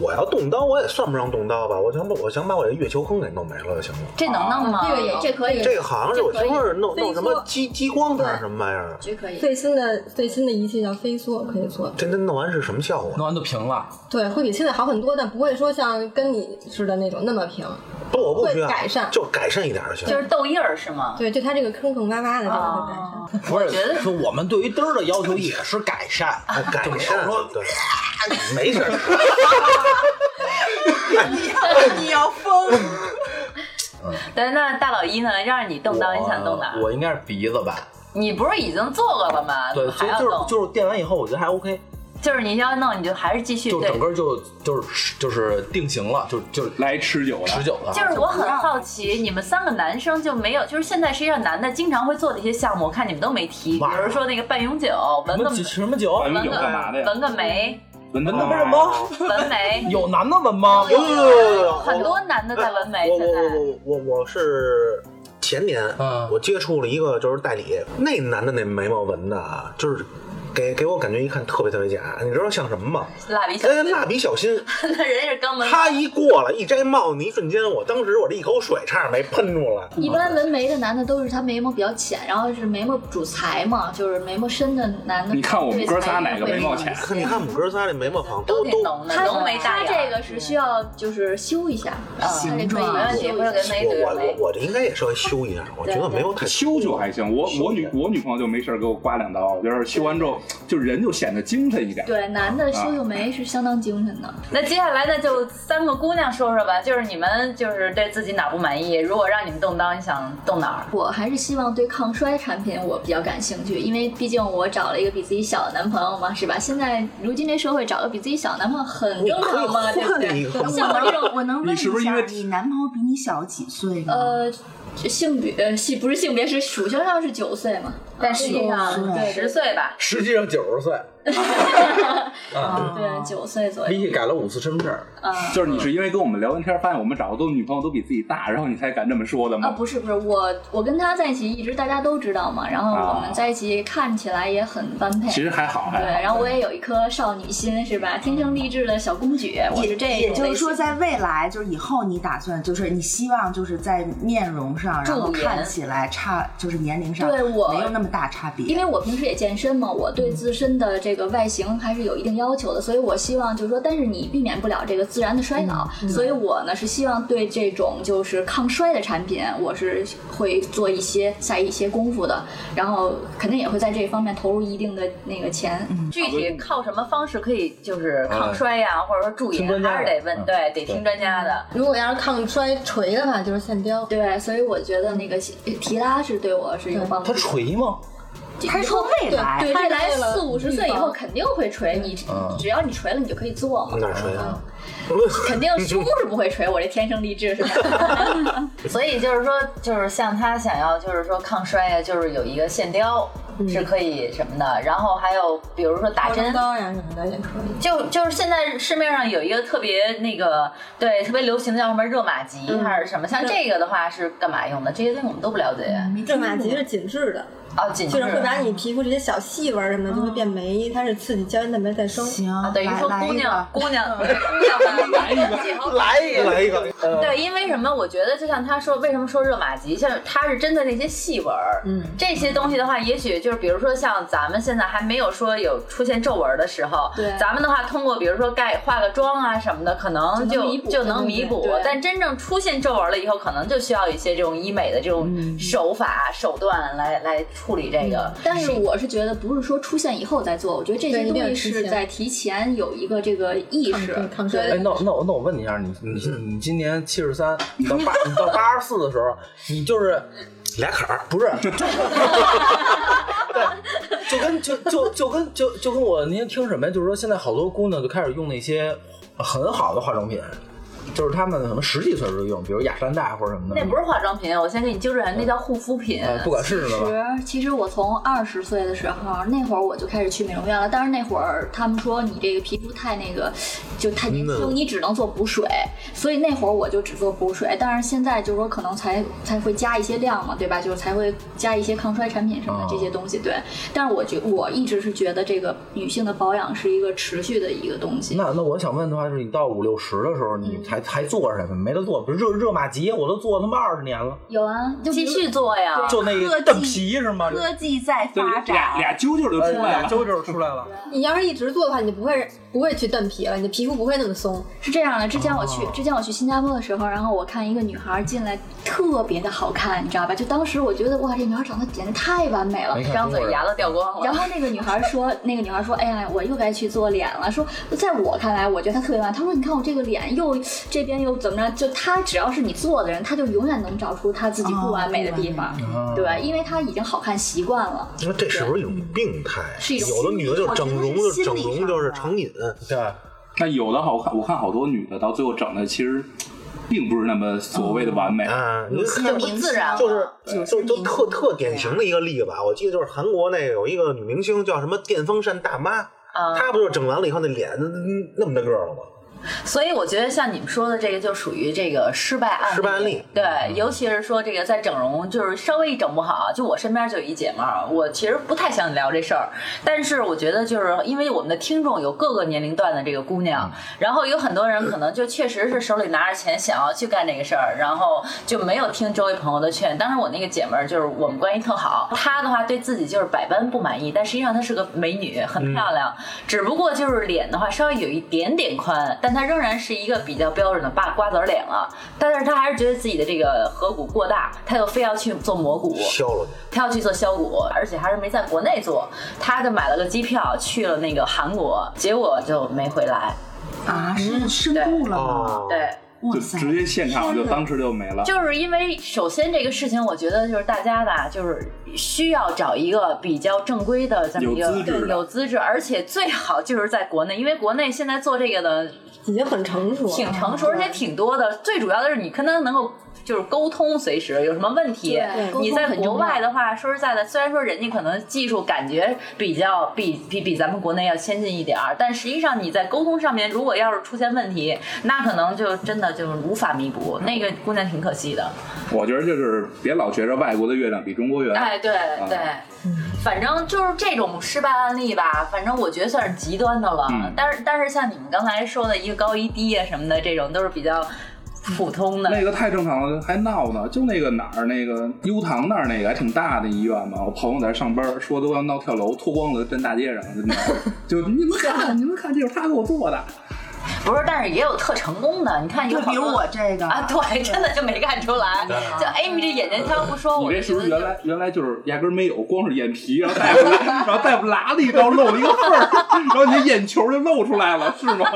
Speaker 4: 我要动刀，我也算不上动刀吧，我想把我想把我这月球坑给弄没了就行了。
Speaker 1: 啊这能弄吗？
Speaker 5: 这个也这可以，
Speaker 4: 这个好像是我
Speaker 5: 这可以
Speaker 4: 媳妇儿弄
Speaker 7: 飞梭
Speaker 4: 弄什么激激光还是什么玩意儿，
Speaker 5: 这可以。
Speaker 7: 最新的最新的仪器叫飞梭，可以做。
Speaker 4: 这这弄完是什么效果？
Speaker 6: 弄完就平了。
Speaker 7: 对，会比现在好很多，但不会说像跟你似的那种那么平。
Speaker 4: 不，我不需要
Speaker 7: 会改善
Speaker 4: 就改善一点就行。
Speaker 1: 就是痘印儿是吗？
Speaker 7: 对，就它这个坑坑洼洼的这个会改善。
Speaker 1: 哦
Speaker 6: 不是，
Speaker 1: 觉得啊
Speaker 6: 说我们对于嘚儿的要求也是改善，
Speaker 4: 哎改善
Speaker 6: 说
Speaker 4: 对，没事儿。
Speaker 2: 你要疯！
Speaker 1: 但是那大老一呢？让你动刀，你想动哪儿？
Speaker 6: 我应该是鼻子吧？
Speaker 1: 你不是已经做过了吗？
Speaker 6: 对，
Speaker 1: 怎么
Speaker 6: 所
Speaker 1: 还
Speaker 6: 以
Speaker 1: 要
Speaker 6: 就是
Speaker 1: 动？
Speaker 6: 就是电完以后，我觉得还 OK，
Speaker 1: 就是你要弄，你就还是继续
Speaker 6: 就
Speaker 1: 对
Speaker 6: 整。个就就是就是定型了，就就是
Speaker 3: 来持久
Speaker 6: 持
Speaker 3: 了。
Speaker 6: 久了。
Speaker 1: 就是我很好奇，你们三个男生就没有，就是现在实际上男的经常会做的一些项目，我看你们都没提，比
Speaker 6: 哇
Speaker 1: 如说那个半永久、纹
Speaker 6: 什
Speaker 1: 个
Speaker 6: 么酒什么酒？
Speaker 3: 半
Speaker 1: 纹
Speaker 3: 永久干嘛
Speaker 1: 个
Speaker 3: 的呀
Speaker 1: 纹个眉、
Speaker 3: 文
Speaker 6: 纹的为什么？
Speaker 1: 纹眉，
Speaker 6: 啊 有啊男的纹吗？
Speaker 4: 有有有有有，
Speaker 1: 很多男的在纹眉
Speaker 4: 我
Speaker 1: 现在。
Speaker 4: 我我我我我是前年，
Speaker 6: 嗯
Speaker 4: 我接触了一个就是代理，那男的那眉毛纹的啊，就是给给我感觉一看特别特别假，你知道像什么吗？
Speaker 1: 蜡笔小
Speaker 4: 哎，
Speaker 1: 新，
Speaker 4: 蜡笔小新，
Speaker 1: 那人家是肛门。
Speaker 4: 他一过来一摘帽子，一瞬间，我当时我这一口水差点没喷出来。
Speaker 5: 一般纹眉的男的都是他眉毛比较浅，然后是眉毛主裁嘛，就是眉毛深的男的。
Speaker 3: 你看我们哥仨哪个眉毛浅
Speaker 4: 看你看我们哥仨这眉毛房
Speaker 1: 都
Speaker 4: 都
Speaker 1: 挺
Speaker 4: 都，
Speaker 1: 浓的，
Speaker 5: 他
Speaker 1: 浓眉大
Speaker 5: 他
Speaker 1: 眼。啊
Speaker 5: 这个是需要就是修一下，
Speaker 1: 嗯
Speaker 5: 啊他这可以
Speaker 1: 没
Speaker 3: 啊
Speaker 1: 问题，
Speaker 5: 修
Speaker 1: 不
Speaker 5: 一
Speaker 1: 是跟
Speaker 5: 下。
Speaker 1: 眉对
Speaker 4: 我我
Speaker 1: 着眉
Speaker 4: 我。我这应该也稍微修一下，我觉得没有太
Speaker 3: 修修还行，我我女我女朋友就没事儿给我刮两刀，就是修完之后，就人就显得精神一点。
Speaker 5: 对，男的
Speaker 3: 啊
Speaker 5: 修修眉是相当精神的。
Speaker 1: 那接下来呢，就三个姑娘说说吧，就是你们就是对自己哪不满意？如果让你们动刀，你想动哪儿？
Speaker 5: 我还是希望对抗衰产品我比较感兴趣，因为毕竟我找了一个比自己小的男朋友嘛，是吧？现在如今这社会找个比自己小的男朋友很
Speaker 4: 你
Speaker 5: 正
Speaker 4: 可以
Speaker 5: 常嘛，对不
Speaker 4: 换
Speaker 5: 对？
Speaker 4: 一个，
Speaker 5: 像我这种
Speaker 2: 我能问
Speaker 3: 你
Speaker 2: 一
Speaker 3: 是不是因
Speaker 2: 下，
Speaker 3: 为
Speaker 2: 你男朋友比你小几岁吗？
Speaker 5: 呃，性别呃性不是性别是属相上是九岁嘛，但
Speaker 7: 哎
Speaker 5: 实际上
Speaker 2: 哦
Speaker 5: 对
Speaker 1: 十岁吧，
Speaker 6: 实际上九十岁，
Speaker 2: 嗯啊
Speaker 5: 对九岁左右，
Speaker 6: 丽丽改了五次身份证儿。
Speaker 3: 就是你是因为跟我们聊完天儿，发现我们找的都女朋友都比自己大，然后你才敢这么说的
Speaker 5: 啊，
Speaker 3: 吗？
Speaker 5: 不是不是，我我跟他在一起一直大家都知道嘛，然后
Speaker 2: 啊
Speaker 5: 我们在一起看起来也很般配。
Speaker 3: 其实还好，还
Speaker 5: 对，
Speaker 3: 好。
Speaker 5: 然后我也有一颗少女心，是吧？天生丽质的小公举，我是这种类型。
Speaker 2: 也就是说，在未来，就是以后你打算，就是你希望就是在面容上，然后
Speaker 1: 驻颜
Speaker 2: 看起来差，就是年龄上
Speaker 5: 对我
Speaker 2: 没有那么大差别。
Speaker 5: 因为我平时也健身嘛，我对自身的这个外形还是有一定要求的，所以我希望就是说，但是你避免不了这个自然的衰老，
Speaker 7: 嗯
Speaker 5: 所以我呢是希望对这种就是抗衰的产品，我是会做一些下一些功夫的，然后肯定也会在这方面投入一定的那个钱。
Speaker 7: 嗯
Speaker 1: 具体靠什么方式可以就是抗衰呀、或者说驻
Speaker 6: 听
Speaker 1: 颜，
Speaker 6: 专家的
Speaker 1: 还是得问，
Speaker 6: 嗯
Speaker 1: 对，得听专家的。
Speaker 7: 如果要是抗摔锤的话，就是线雕。
Speaker 5: 对，所以我觉得那个提拉是对我是有帮
Speaker 6: 他
Speaker 5: 助的。
Speaker 6: 锤吗？
Speaker 2: 他说未来
Speaker 5: 对，
Speaker 7: 他
Speaker 5: 未
Speaker 7: 是
Speaker 5: 来
Speaker 7: 为了
Speaker 5: 四五十岁以后肯定会锤你
Speaker 6: 嗯，
Speaker 5: 只要你锤了，你就可以做嘛。
Speaker 4: 哪儿吹啊？
Speaker 5: 肯定胸部是不会锤，我这天生丽质是吧？
Speaker 1: 所以就是说，就是像他想要，就是说抗衰呀、就是有一个线雕、是可以什么的，然后还有比如说打
Speaker 7: 打
Speaker 1: 针，
Speaker 7: 刀呀什么的也可以。
Speaker 1: 就就是现在市面上有一个特别那个对特别流行的叫什么热玛吉、
Speaker 7: 嗯
Speaker 1: 还是什么，像这个的话是干嘛用的？这些东西我们都不了解。
Speaker 7: 热玛吉是紧致的，
Speaker 1: 哦，紧致
Speaker 7: 嗯就是会把你皮肤这些小细纹什么的就会
Speaker 1: 嗯
Speaker 7: 变没，它是刺激胶原蛋白再生。
Speaker 2: 行，
Speaker 1: 啊，等于
Speaker 2: 来
Speaker 1: 说
Speaker 2: 来
Speaker 1: 姑
Speaker 2: 一
Speaker 1: 娘
Speaker 2: 个
Speaker 1: 姑 娘姑娘
Speaker 3: 来一个，
Speaker 4: 来一 个，来一个，
Speaker 1: 对，因为什么？我觉得就像他说，为什么说热玛吉？像它是针对那些细纹儿，嗯，这些东西的话，也许就是比如说像咱们现在还没有说有出现皱纹儿的时候，
Speaker 5: 对
Speaker 1: 咱们的话通过比如说盖化个妆啊什么的，可能
Speaker 5: 就能
Speaker 1: 就
Speaker 5: 弥补
Speaker 1: 就能弥补
Speaker 5: 对对。
Speaker 1: 但真正出现皱纹儿了以后，可能就需要一些这种医美的这
Speaker 5: 嗯
Speaker 1: 种手法、手段来来处理这个。
Speaker 5: 但是我是觉得不是说出现以后再做，我觉得这些
Speaker 7: 对一
Speaker 5: 东
Speaker 7: 定
Speaker 5: 西
Speaker 7: 要提
Speaker 5: 是
Speaker 7: 前
Speaker 5: 在提前有一个这个意识
Speaker 7: 抗。抗
Speaker 5: 对
Speaker 6: 哎，
Speaker 7: 衰
Speaker 6: 那我那我那我问你一下，你你你今年七十三，你到八你到八十四的时候，你就是
Speaker 4: 俩坎儿，
Speaker 6: 不是？对，就跟就就就跟就就跟我那天听什么呀？就是说现在好多姑娘就开始用那些很好的化妆品，就是她们可能十几岁时候就用，比如雅诗兰黛或者什么的。
Speaker 1: 那不是化妆品，我先给你纠正一下，那叫护肤品。
Speaker 6: 呃，不管是什
Speaker 5: 其
Speaker 6: 么吧，
Speaker 5: 实，其实我从二十呃岁的时候，那会儿我就开始去美容院了。但是那会儿他们说你这个皮肤太那个，就太年
Speaker 4: 嗯呐
Speaker 5: 轻，你只能做补水。所以那会儿我就只做补水，但是现在就是说可能才才会加一些量嘛，对吧？就是才会加一些抗衰产品什么的
Speaker 6: 哦
Speaker 5: 这些东西，对。但是我觉我一直是觉得这个女性的保养是一个持续的一个东西。
Speaker 6: 那那我想问的话，就是你到五六十的时候，你还还做什么？没得做，比如热热玛吉，我都做他妈二十年了，
Speaker 5: 有啊，就
Speaker 1: 继续做呀。
Speaker 6: 就那
Speaker 2: 科
Speaker 6: 个
Speaker 2: 技
Speaker 6: 邓皮是吗？哎
Speaker 2: 科技在
Speaker 3: 对
Speaker 2: 发
Speaker 3: 俩
Speaker 2: 展，
Speaker 3: 俩揪揪就出来
Speaker 6: 俩
Speaker 3: 了。
Speaker 6: 周周出来了，
Speaker 7: 你要是一直做的话，你就不会不会去蹬皮了，你的皮肤不会那么松。
Speaker 5: 是这样的，之前我去、之前我去新加坡的时候，然后我看一个女孩进来特别的好看，你知道吧？就当时我觉得哇，这女孩长得简直太完美了
Speaker 6: 没。看
Speaker 1: 张嘴
Speaker 6: 中国人
Speaker 1: 牙都掉光
Speaker 5: 然
Speaker 1: 了。
Speaker 5: 后那个女孩说，那个女孩说，哎呀，我又该去做脸了。说，在我看来，我觉得她特别完美。她说，你看我这个脸又这边又怎么着？就她只要是你做的人，她就永远能找出她自己不完美的地方，对，因为她已经好看习惯了。
Speaker 4: 你说这是不是一种病态？
Speaker 5: 是一种
Speaker 4: 有的女的就整容，
Speaker 2: 我
Speaker 4: 就
Speaker 2: 觉得是心
Speaker 4: 整
Speaker 2: 理上
Speaker 4: 容就是
Speaker 2: 的啊
Speaker 4: 成瘾。
Speaker 6: 对，啊
Speaker 3: 但有的好看，我看好多女的到最后整的其实并不是那么所谓的完美。
Speaker 4: 啊，你看
Speaker 2: 很不自然了，
Speaker 4: 就是
Speaker 2: 有
Speaker 4: 就
Speaker 2: 些
Speaker 4: 就
Speaker 2: 明
Speaker 4: 特
Speaker 2: 星
Speaker 4: 特典型的一个例子吧。我记得就是韩国那个有一个女明星叫什么电风扇大妈，
Speaker 2: 啊
Speaker 4: 她不就是整完了以后那脸嗯那么大个儿了吗？
Speaker 1: 所以我觉得像你们说的这个就属于这个失败案例，
Speaker 4: 失败案例嗯
Speaker 1: 对，尤其是说这个在整容，就是稍微一整不好，就我身边就有一姐们儿，我其实不太想聊这事儿，但是我觉得就是因为我们的听众有各个年龄段的这个姑娘，然后有很多人可能就确实是手里拿着钱想要去干这个事儿，然后就没有听周围朋友的劝。当时我那个姐们儿就是我们关系特好，她的话对自己就是百般不满意，但实际上她是个美女，很漂亮，只不过就是脸的话稍微有一点点宽，但她仍然是一个比较标准的八瓜子儿脸了。但是她还是觉得自己的这个颌骨过大，她又非要去做磨骨。
Speaker 4: 削了你，
Speaker 1: 他要去做削骨，而且还是没在国内做，他就买了个机票去了那个韩国，结果就没回来。
Speaker 2: 啊，是深度了吗？
Speaker 4: 哦，
Speaker 1: 对，
Speaker 2: 哇
Speaker 3: 就
Speaker 2: 塞，
Speaker 3: 直接现场就
Speaker 2: 天哪
Speaker 3: 当时就没了。
Speaker 1: 就是因为首先这个事情，我觉得就是大家吧，就是需要找一个比较正规的这么一个
Speaker 3: 有资质的
Speaker 1: 对有资质，而且最好就是在国内，因为国内现在做这个的
Speaker 7: 已经很成熟了，
Speaker 1: 挺成熟，而且挺多的。最主要的是你跟他能够就是沟通，随时有什么问题
Speaker 5: 对，
Speaker 1: 你
Speaker 5: 沟通
Speaker 1: 在
Speaker 5: 很
Speaker 1: 国
Speaker 5: 重要
Speaker 1: 外的话，说实在的，虽然说人家可能技术感觉比较比比比咱们国内要先进一点儿，但实际上你在沟通上面，如果要是出现问题，那可能就真的就是无法弥补。那个姑娘挺可惜的。
Speaker 3: 我觉得就是别老觉着外国的月亮比中国圆。
Speaker 1: 哎，对对，
Speaker 5: 嗯
Speaker 1: 反正就是这种失败案例吧，反正我觉得算是极端的了。
Speaker 3: 嗯
Speaker 1: 但是但是像你们刚才说的一个高一低啊什么的，这种都是比较普通的。
Speaker 3: 那个太正常了，还闹呢。就那个哪儿，那个悠唐那儿那个还挺大的医院嘛，我朋友在那上班，说都要闹跳楼，脱光了站大街上，真的。 就你们 看，你们看，这是他给我做的。
Speaker 1: 不是，但是也有特成功的，你看有
Speaker 2: 就
Speaker 1: 好
Speaker 2: 比如
Speaker 1: 多
Speaker 2: 我这个
Speaker 1: 啊，对，真的就没看出来。就 Amy 这眼睛挑不说，
Speaker 3: 你
Speaker 1: 我
Speaker 3: 这
Speaker 1: 就是觉
Speaker 3: 不是
Speaker 1: 得
Speaker 3: 原来原来就是压根儿没有，光是眼皮，然后大夫然后大夫拉 了一刀，露了一个缝儿， 然后你的眼球就露出来了，是 吗？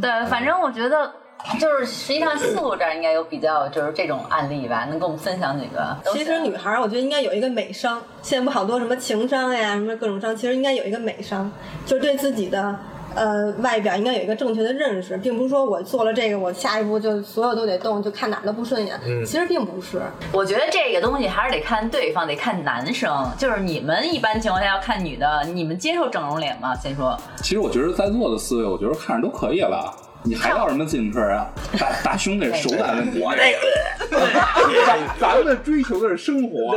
Speaker 1: 对，反正我觉得。就是实际上四五这儿应该有比较就是这种案例吧，能跟我们分享几个？都
Speaker 7: 其
Speaker 1: 行
Speaker 7: 实女孩儿，我觉得应该有一个美商。现在不好多什么情商呀，什么各种商，其实应该有一个美商，就是对自己的呃外表应该有一个正确的认识，并不是说我做了这个，我下一步就所有都得动，就看哪儿都不顺眼。其实并不是，
Speaker 1: 我觉得这个东西还是得看对方，得看男生。就是你们一般情况下要看女的，你们接受整容脸吗？先说，
Speaker 3: 其实我觉得在座的四位，我觉得看着都可以了。你还要什么自行车 啊？大大胸那是手感问题。我这个，咱们追求的是生 活。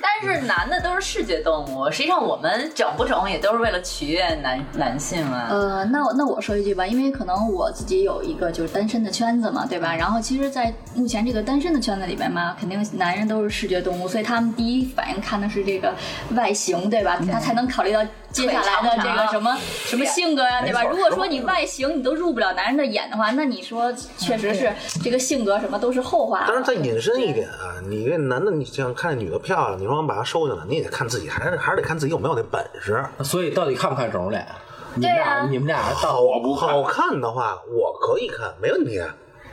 Speaker 1: 但是男的都是视觉动物，实际上我们整不整也都是为了取悦男男性啊嘛。
Speaker 5: 呃，那我那我说一句吧，因为可能我自己有一个就是单身的圈子嘛，对吧？然后其实，在目前这个单身的圈子里边嘛，肯定男人都是视觉动物，所以他们第一反应看的是这个外形，对吧？他才能考虑到接下来的这个什么什么性格呀、对吧？如果说你外形你都入不了男人的眼的话，那你说确实是这个性格什么都是后话了。
Speaker 4: 当然再引申一点啊，你这男的你想看女的漂亮，你说我把她收进来，你也得看自己，还是还是得看自己有没有那本事。
Speaker 6: 所以到底看不看整容脸？你们
Speaker 1: 对
Speaker 6: 俩
Speaker 1: 啊
Speaker 6: 你们俩到
Speaker 4: 我不好看的话，我可以看，没问题。啊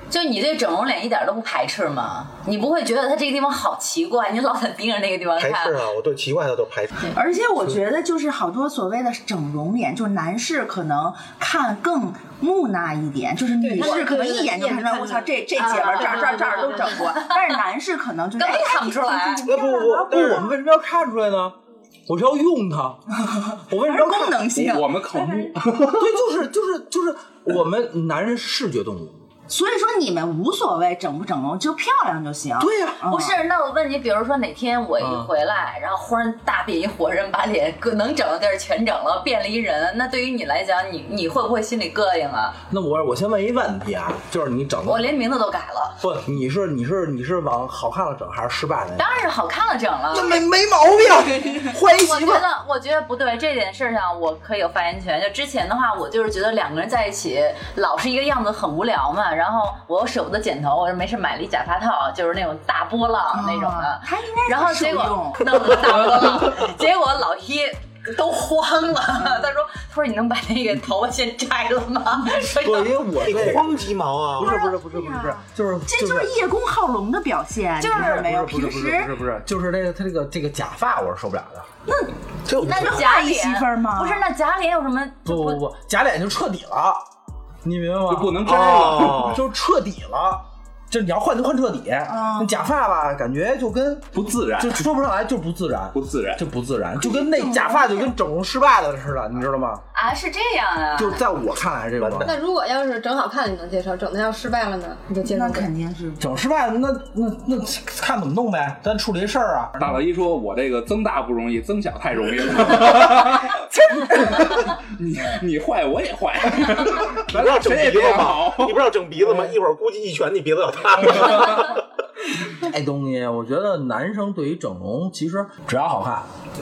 Speaker 1: 就你对整容脸一点都不排斥吗？你不会觉得他这个地方好奇怪，你老想盯着那个地方
Speaker 4: 排
Speaker 1: 看
Speaker 4: 斥？啊，我对奇怪的都排斥。
Speaker 2: 而且我觉得，就是好多所谓的整容脸，就是男士可能看更木讷一点，就是女士可能一眼就看出来，我操，这这姐们儿这儿这儿这儿都整过，但是男士可能就是
Speaker 1: 根
Speaker 2: 哎
Speaker 1: 本看不出来。
Speaker 4: 那不不，但是
Speaker 6: 我们为什么要看出来呢？我是要用它，我为什
Speaker 2: 是
Speaker 6: 么要
Speaker 2: 功
Speaker 6: 看？
Speaker 2: 能性。
Speaker 3: 我们考虑，
Speaker 6: 对，就是就是就是我们男人是视觉动物，
Speaker 2: 所以说你们无所谓整不整容，就漂亮就行。
Speaker 6: 对呀、
Speaker 2: 嗯
Speaker 1: 不是，那我问你，比如说哪天我一
Speaker 6: 嗯
Speaker 1: 回来，然后忽然大变一活人，把脸各能整的地儿全整了，变了一人，那对于你来讲，你你会不会心里膈应啊？
Speaker 6: 那我我先问一问题啊，就是你整
Speaker 1: 我
Speaker 6: 的
Speaker 1: 连名字都改了，
Speaker 6: 不，你是你是你是往好看了整还是失败了？
Speaker 1: 当然是好看了整了。
Speaker 6: 没没毛病， 换一
Speaker 1: 我
Speaker 6: 媳
Speaker 1: 觉
Speaker 6: 妇儿。
Speaker 1: 得，我觉得不对，这件事上我可以有发言权。就之前的话，我就是觉得两个人在一起老是一个样子，很无聊嘛。然后我又舍不得剪头，我就没事买了一假发套，就是那种大波
Speaker 6: 嗯
Speaker 1: 浪那种的
Speaker 2: 啊。他应该
Speaker 1: 然后
Speaker 2: 是
Speaker 1: 结果
Speaker 2: 用
Speaker 1: 弄了个大波浪，结果老一。都慌了，他说：“他说你能把那个头发先摘了吗？” 说
Speaker 6: 不，因为我
Speaker 4: 你
Speaker 6: 那
Speaker 4: 光鸡毛
Speaker 6: 不
Speaker 4: 啊！
Speaker 6: 是不是不是不是不是，就是
Speaker 2: 这
Speaker 6: 哎就
Speaker 2: 就是是叶公好龙的表现，
Speaker 1: 就是
Speaker 2: 你看没有
Speaker 6: 不是
Speaker 2: 平
Speaker 6: 哦不是不
Speaker 2: 时
Speaker 6: 是不是，就是那个他这个这个假发我是受不了的，
Speaker 4: 这
Speaker 1: 那
Speaker 2: 不是
Speaker 1: 假
Speaker 2: 画一
Speaker 1: 脸
Speaker 2: 媳妇儿吗
Speaker 1: 不是，那假脸有什么？
Speaker 6: 不不不，假脸就彻底了，你明白吗？
Speaker 3: 就不能摘了。
Speaker 4: 哦，
Speaker 6: 就彻底了，就是你要换就换彻底。那假发吧，感觉就跟
Speaker 3: 不自然
Speaker 6: 就说不上来，就不自然，
Speaker 3: 不自然
Speaker 6: 就不自然，就跟那假发就跟整容失败了似的，你知道吗？
Speaker 1: 啊，是这样啊。
Speaker 6: 就在我看来，这种
Speaker 7: 那如果要是整好看了你能接受，整的要失败了呢，你就接受
Speaker 2: 那
Speaker 7: 不了
Speaker 2: 肯。定是
Speaker 6: 整失败了，那那那看怎么弄呗，咱处理这事儿啊。
Speaker 3: 大老一说：“我这个增大不容易，增小太容易了。你你坏我也坏，
Speaker 4: 你不要整
Speaker 3: 谁
Speaker 4: 鼻
Speaker 3: 也别
Speaker 4: 子吗
Speaker 3: 好？
Speaker 4: 你不要整鼻子吗？一会儿估计一拳你鼻子要塌了。
Speaker 6: 这东西，我觉得男生对于整容其实只要好看，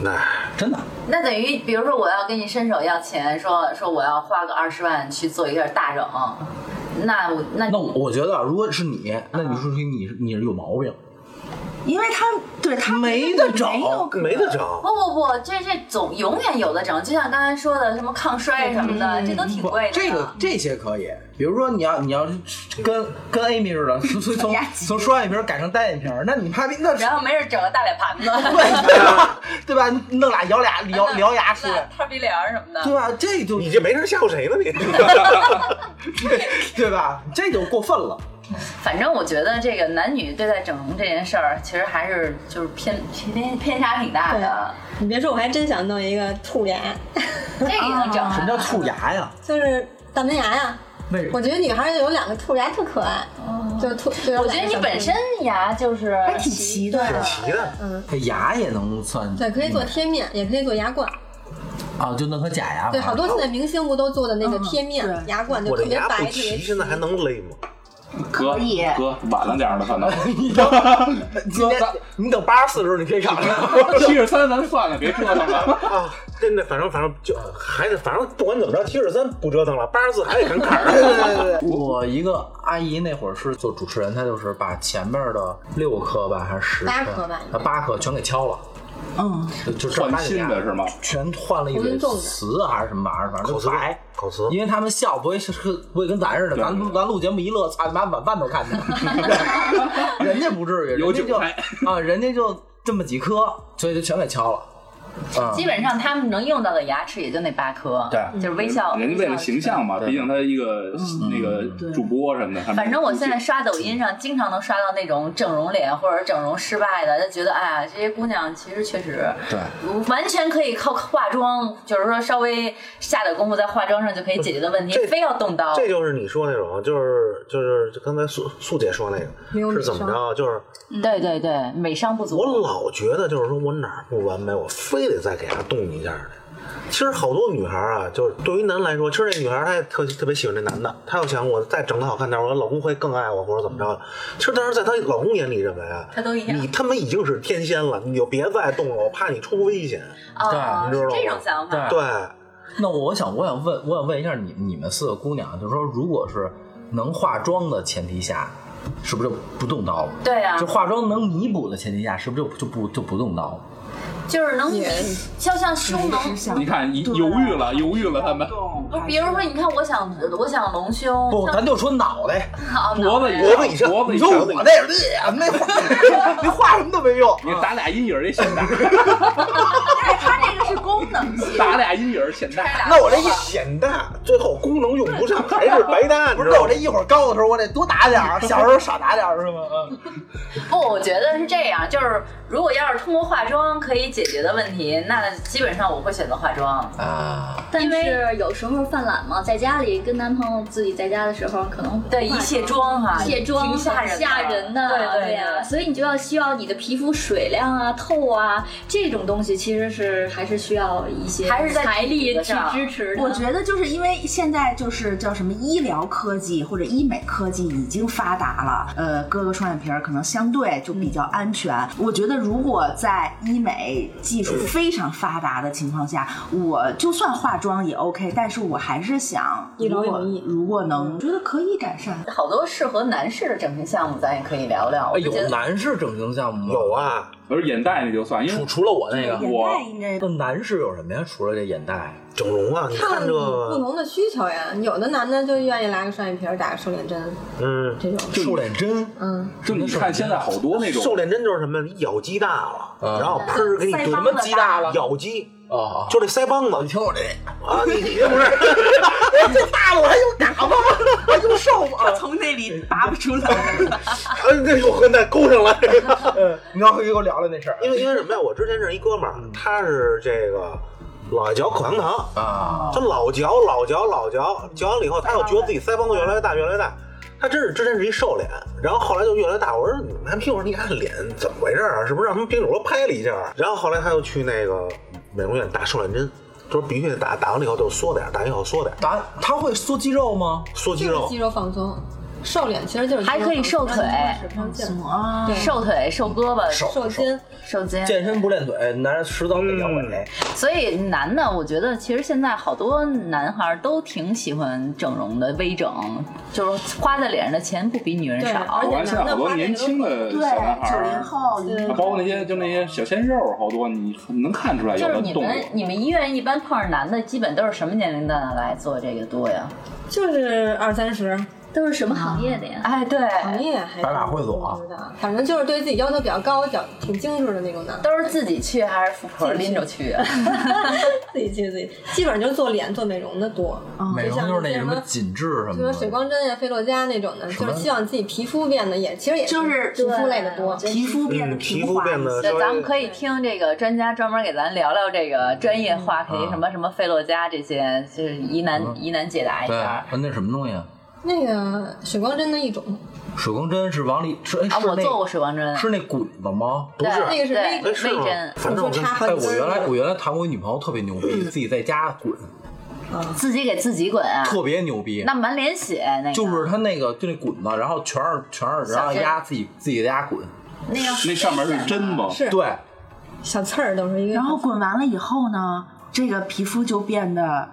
Speaker 4: 哎，
Speaker 6: 真的
Speaker 1: 那等于，比如说我要跟你伸手要钱，说说我要花个二十万去做一下大整，那我那
Speaker 6: 那我我觉得啊，如果是你，那你说你是你是有毛病，
Speaker 2: 因为他对他
Speaker 6: 没得整
Speaker 2: 没有
Speaker 4: 没得整。
Speaker 1: 不不不，这这总永远有的整，就像刚才说的什么抗衰什么的，这都挺贵的。
Speaker 6: 嗯这个这些可以，比如说你要你要是跟跟 Amy 似的，从从从从双眼皮儿改成单眼皮儿，那你怕那
Speaker 1: 然后没事整个大脸盘子，
Speaker 6: 对吧？对吧？你弄俩咬俩咬獠牙出来，
Speaker 1: 塌鼻梁什么
Speaker 6: 对
Speaker 1: 的。
Speaker 6: 吧？这就
Speaker 4: 你这没事吓唬谁呢你？
Speaker 6: 对吧？这就过分了。
Speaker 1: 反正我觉得这个男女对待整容这件事儿，其实还是就是偏偏偏差挺大的。
Speaker 7: 你别说，我还真想弄一个兔牙，
Speaker 1: 这个也能整
Speaker 6: 什么
Speaker 1: 啊。
Speaker 6: 叫兔牙呀？
Speaker 7: 就是大门牙呀。
Speaker 6: 为什
Speaker 7: 我
Speaker 6: 么？
Speaker 7: 觉得女孩有两个兔牙特可爱，就兔。就有
Speaker 1: 哦我觉得
Speaker 7: 两个
Speaker 1: 你
Speaker 7: 小
Speaker 1: 本身牙就是
Speaker 2: 还挺奇
Speaker 7: 对
Speaker 2: 怪的。
Speaker 4: 奇的，
Speaker 7: 嗯
Speaker 6: 这牙也能算嗯
Speaker 7: 对，可以做贴面，也可以做牙冠。
Speaker 6: 啊，就弄颗假牙吧。
Speaker 7: 对，好多现在明星不都做的那个贴面
Speaker 2: 嗯对
Speaker 7: 牙冠，就
Speaker 4: 我这
Speaker 7: 特别
Speaker 4: 牙
Speaker 7: 白，
Speaker 4: 不
Speaker 7: 特别
Speaker 4: 齐，现在还能勒吗？
Speaker 3: 哥
Speaker 2: 可以
Speaker 3: 哥晚了点儿了，可能
Speaker 6: 今天你等八十四的时候你可以尝尝。
Speaker 3: 七十三咱算了，别折腾了。
Speaker 7: 嗯
Speaker 4: 啊，真的，反正反正就还得，反正不管怎么着，七十三不折腾了，八十四还得看坎儿。
Speaker 6: 我一个阿姨那会儿是做主持人，她就是把前面的六颗吧还是十
Speaker 7: 八颗吧
Speaker 6: 啊八颗全给敲了，
Speaker 2: 嗯，
Speaker 6: 就就正儿
Speaker 3: 换
Speaker 6: 八经
Speaker 3: 新
Speaker 6: 牙
Speaker 3: 的是吗？
Speaker 6: 啊全换了一
Speaker 7: 重
Speaker 6: 堆
Speaker 7: 的重的
Speaker 6: 瓷还是什么玩意儿，反正
Speaker 4: 口
Speaker 6: 就
Speaker 4: 词
Speaker 6: 白。
Speaker 4: 口词，
Speaker 6: 因为他们笑不会是不会跟咱似的，咱
Speaker 3: 对对
Speaker 6: 咱录节目一乐，操你妈晚饭都看见 了，人家不至于，
Speaker 3: 有
Speaker 6: 人家
Speaker 3: 韭
Speaker 6: 就
Speaker 3: 菜
Speaker 6: 啊，人家就这么几颗，所以就全给敲了。啊，
Speaker 1: 基本上他们能用到的牙齿也就那八颗，
Speaker 6: 对
Speaker 1: 就是微笑。
Speaker 3: 人家为了形象嘛，
Speaker 6: 对
Speaker 3: 毕竟他一个那个主播什么的，他们
Speaker 1: 反正我现在刷抖音上，经常能刷到那种整容脸或者整容失败的，就觉得哎呀，这些姑娘其实确实
Speaker 6: 对
Speaker 1: 完全可以靠化妆，就是说稍微下点功夫在化妆上就可以解决的问题
Speaker 4: 这，
Speaker 1: 非要动刀。
Speaker 4: 这就是你说那种，就是就是刚才素素姐说那
Speaker 7: 没有
Speaker 4: 个
Speaker 7: 女
Speaker 4: 是怎么着？就是
Speaker 1: 嗯对对对，美商不
Speaker 4: 我
Speaker 1: 足。
Speaker 4: 老觉得就是说我哪儿不完美，我非得再给她动一下呢。其实好多女孩啊，就是对于男来说，其实这女孩她也特特别喜欢这男的，她要想我再整的好看点，我老公会更爱我或者怎么着的。其实但是在她老公眼里认为啊，
Speaker 1: 她都一样
Speaker 4: 你他们已经是天仙了，你就别再动了，我怕你出危险。
Speaker 1: 啊，
Speaker 6: 对
Speaker 1: 是
Speaker 4: 你知道吗
Speaker 1: 这种想法。
Speaker 4: 对，
Speaker 6: 那我想，我想问，我想问一下你你们四个姑娘，就是说，如果是能化妆的前提下，是不是就不动刀了？
Speaker 1: 对啊
Speaker 6: 就，化妆能弥补的前提下，是不是就就不就不动刀了？
Speaker 1: 就是能
Speaker 7: 也，
Speaker 1: 就像胸能
Speaker 3: 你看一犹豫
Speaker 1: 啊
Speaker 3: 了，犹豫了，他们
Speaker 1: 不是，比如说，你看，我想我想隆胸，
Speaker 6: 不，咱就说脑袋。
Speaker 1: 好脑
Speaker 3: 脖子
Speaker 1: 袋
Speaker 4: 子
Speaker 3: 一
Speaker 4: 以上
Speaker 3: 脖子
Speaker 6: 你
Speaker 3: 以
Speaker 6: 说
Speaker 3: 上，
Speaker 6: 我那是对呀，那画那画什么都没用。
Speaker 3: 你打俩阴影儿，这先打。
Speaker 2: 但是他这个是公功能性。
Speaker 3: 打俩阴影显大。
Speaker 4: 那我这一显大，最后功能用不上，还是白搭。
Speaker 6: 不是，那我这一会儿高的时候，我得多打点儿。小时候少打点儿是吗？嗯
Speaker 1: 不，哦我觉得是这样，就是如果要是通过化妆可以解决的问题，那基本上我会选择化妆。
Speaker 6: 啊，
Speaker 5: 但是有时候犯懒嘛，在家里跟男朋友自己在家的时候，可能
Speaker 1: 对，一卸妆哈、
Speaker 5: 卸妆
Speaker 1: 啊挺吓人的，
Speaker 5: 吓人的，
Speaker 1: 对对
Speaker 5: 呀、所以你就要需要你的皮肤水量啊、透啊这种东西，其实是还是需要一些
Speaker 1: 还是在
Speaker 5: 财力
Speaker 1: 底子
Speaker 5: 去
Speaker 1: 上
Speaker 5: 支持的。
Speaker 2: 我觉得就是因为现在就是叫什么医疗科技或者医美科技已经发达了，呃，割个双眼皮儿可能相对就比较安全。我觉得如果在医美技术非常发达的情况下，我就算化妆也 OK，但是我还是想
Speaker 7: 一
Speaker 2: 如
Speaker 7: 劳
Speaker 2: 果
Speaker 7: 永逸嗯
Speaker 2: 如果能，觉得可以改善。
Speaker 1: 好多适合男士的整形项目，咱也可以聊聊。我
Speaker 6: 哎，
Speaker 1: 就觉
Speaker 6: 有
Speaker 1: 得
Speaker 6: 男士整形项目吗？
Speaker 4: 有啊，
Speaker 3: 我说眼袋那就算，因
Speaker 6: 除
Speaker 3: 为
Speaker 6: 除了我那个，
Speaker 2: 眼
Speaker 3: 我
Speaker 2: 袋应该
Speaker 6: 那男士有什么呀？除了这眼袋，
Speaker 4: 整容啊，你看这
Speaker 7: 看不
Speaker 4: 个，
Speaker 7: 同的需求呀，有的男的就愿意来个双眼皮儿，打个瘦脸针
Speaker 4: 嗯，
Speaker 7: 这种，
Speaker 6: 瘦脸针，
Speaker 7: 嗯，
Speaker 3: 就你看现在好多那种
Speaker 4: 瘦脸针就是什么，你咬肌大了，
Speaker 6: 啊
Speaker 4: 然后喷儿给你
Speaker 2: 腮
Speaker 4: 怼
Speaker 2: 帮子
Speaker 4: 什么
Speaker 2: 大
Speaker 6: 鸡大了，
Speaker 4: 咬肌，
Speaker 6: 哦，
Speaker 4: 就这腮帮
Speaker 6: 你
Speaker 4: 子
Speaker 6: 听我这，
Speaker 4: 啊，你你这不是
Speaker 6: 大了我还用打吗？还用瘦吗？
Speaker 2: 从那里拔不出来。
Speaker 4: 嗯，这又和那勾上了，这个。
Speaker 6: 嗯，你要给我聊聊那事儿啊
Speaker 4: 因为因为什么呀？我之前认识一哥们儿，他是这个老嚼口香糖，
Speaker 6: 啊，
Speaker 4: 他老嚼老嚼老嚼，嚼完了以后，他又觉得自己腮帮子越来越大越来越大。他真是之前是一瘦脸，然后后来就越来越大。我说你男朋友，你看脸怎么回事儿啊？是不是让他们平手拍了一下啊？然后后来他又去那个美容院打瘦脸针，就是必须得打，打完了以后就缩点儿，打完以后缩点儿，
Speaker 6: 打他会缩肌肉吗？
Speaker 4: 缩肌
Speaker 7: 就
Speaker 4: 肉
Speaker 7: 是肌。肉放松，瘦脸其实就是肌肉
Speaker 1: 还可以
Speaker 7: 放松
Speaker 1: 瘦腿
Speaker 7: 让你多使劲儿
Speaker 2: 啊，
Speaker 7: 对，
Speaker 1: 瘦腿、瘦胳膊、
Speaker 6: 手手
Speaker 7: 瘦肩，
Speaker 1: 瘦肩，
Speaker 6: 健身不练腿，男人迟早得阳痿。
Speaker 1: 所以男的，我觉得其实现在好多男孩都挺喜欢整容的，微整，就是花在脸上的钱不比女人
Speaker 7: 对
Speaker 1: 少
Speaker 7: 而。
Speaker 3: 我看现在好多年轻的小
Speaker 2: 对，
Speaker 3: 男孩
Speaker 2: 九零
Speaker 3: 儿，
Speaker 2: 后，零
Speaker 3: 啊包括那些就那些小鲜肉，好多你能看出来有
Speaker 1: 就是
Speaker 3: 的
Speaker 1: 你
Speaker 3: 动
Speaker 1: 们
Speaker 3: 作。
Speaker 1: 你们医院一般碰上男的，基本都是什么年龄段的来做这个多呀？
Speaker 7: 就是二三十，
Speaker 5: 都是什么行业的呀？
Speaker 1: 哎，对，
Speaker 7: 行业还
Speaker 6: 白马会所
Speaker 7: 不知道，反正就是对自己要求比较高、比较挺精致的那种男的，
Speaker 1: 都是自己去还是富婆拎着去？
Speaker 7: 自己去自己，基本上就是做脸、做美容的多，
Speaker 4: 嗯
Speaker 6: 美容就是那什么
Speaker 7: 就像
Speaker 6: 紧致什
Speaker 7: 什么
Speaker 6: 么的，
Speaker 7: 水光针呀、菲洛嘉那种的，就是希望自己皮肤变得也，其实也
Speaker 2: 就是
Speaker 7: 皮肤类的多。
Speaker 5: 对
Speaker 2: 皮肤变得
Speaker 4: 嗯，皮
Speaker 2: 平
Speaker 4: 肤
Speaker 2: 滑
Speaker 4: 变得稍
Speaker 1: 对，
Speaker 4: 微
Speaker 1: 咱们可以听这个专家专门给咱聊聊这个专业话题，
Speaker 6: 嗯
Speaker 1: 什么什么费洛嘉这些，就是疑难
Speaker 6: 嗯
Speaker 1: 疑难解答一
Speaker 6: 对，
Speaker 1: 下
Speaker 6: 啊。那什么东西啊？
Speaker 7: 那个水光针的一种，
Speaker 6: 水光针是往里是哎
Speaker 1: 啊，
Speaker 6: 是
Speaker 1: 我做过
Speaker 6: 那
Speaker 1: 水光针，
Speaker 6: 是那滚子吗？
Speaker 4: 不是，
Speaker 1: 对
Speaker 7: 那个是
Speaker 1: 对
Speaker 7: 微
Speaker 4: 哎是
Speaker 1: 微
Speaker 4: 吗
Speaker 1: 针？
Speaker 4: 反正
Speaker 7: 说
Speaker 4: 我跟
Speaker 7: 插好
Speaker 6: 哎，
Speaker 7: 几
Speaker 6: 我
Speaker 7: 针
Speaker 6: 原
Speaker 7: 那
Speaker 6: 来
Speaker 7: 种。
Speaker 6: 我原来谈过一女朋友，特别牛逼，自己在家滚，
Speaker 1: 自己给自己滚啊，
Speaker 6: 特别牛逼
Speaker 1: 那。满脸血那个，
Speaker 6: 就是他那个就那滚子，然后全是全是，然后
Speaker 1: 小
Speaker 6: 压自己自己在家滚，
Speaker 1: 那个
Speaker 3: 那上面是针吗？
Speaker 7: 是
Speaker 6: 对，
Speaker 7: 小刺儿都是一个。
Speaker 2: 然后滚完了以后呢，这个皮肤就变得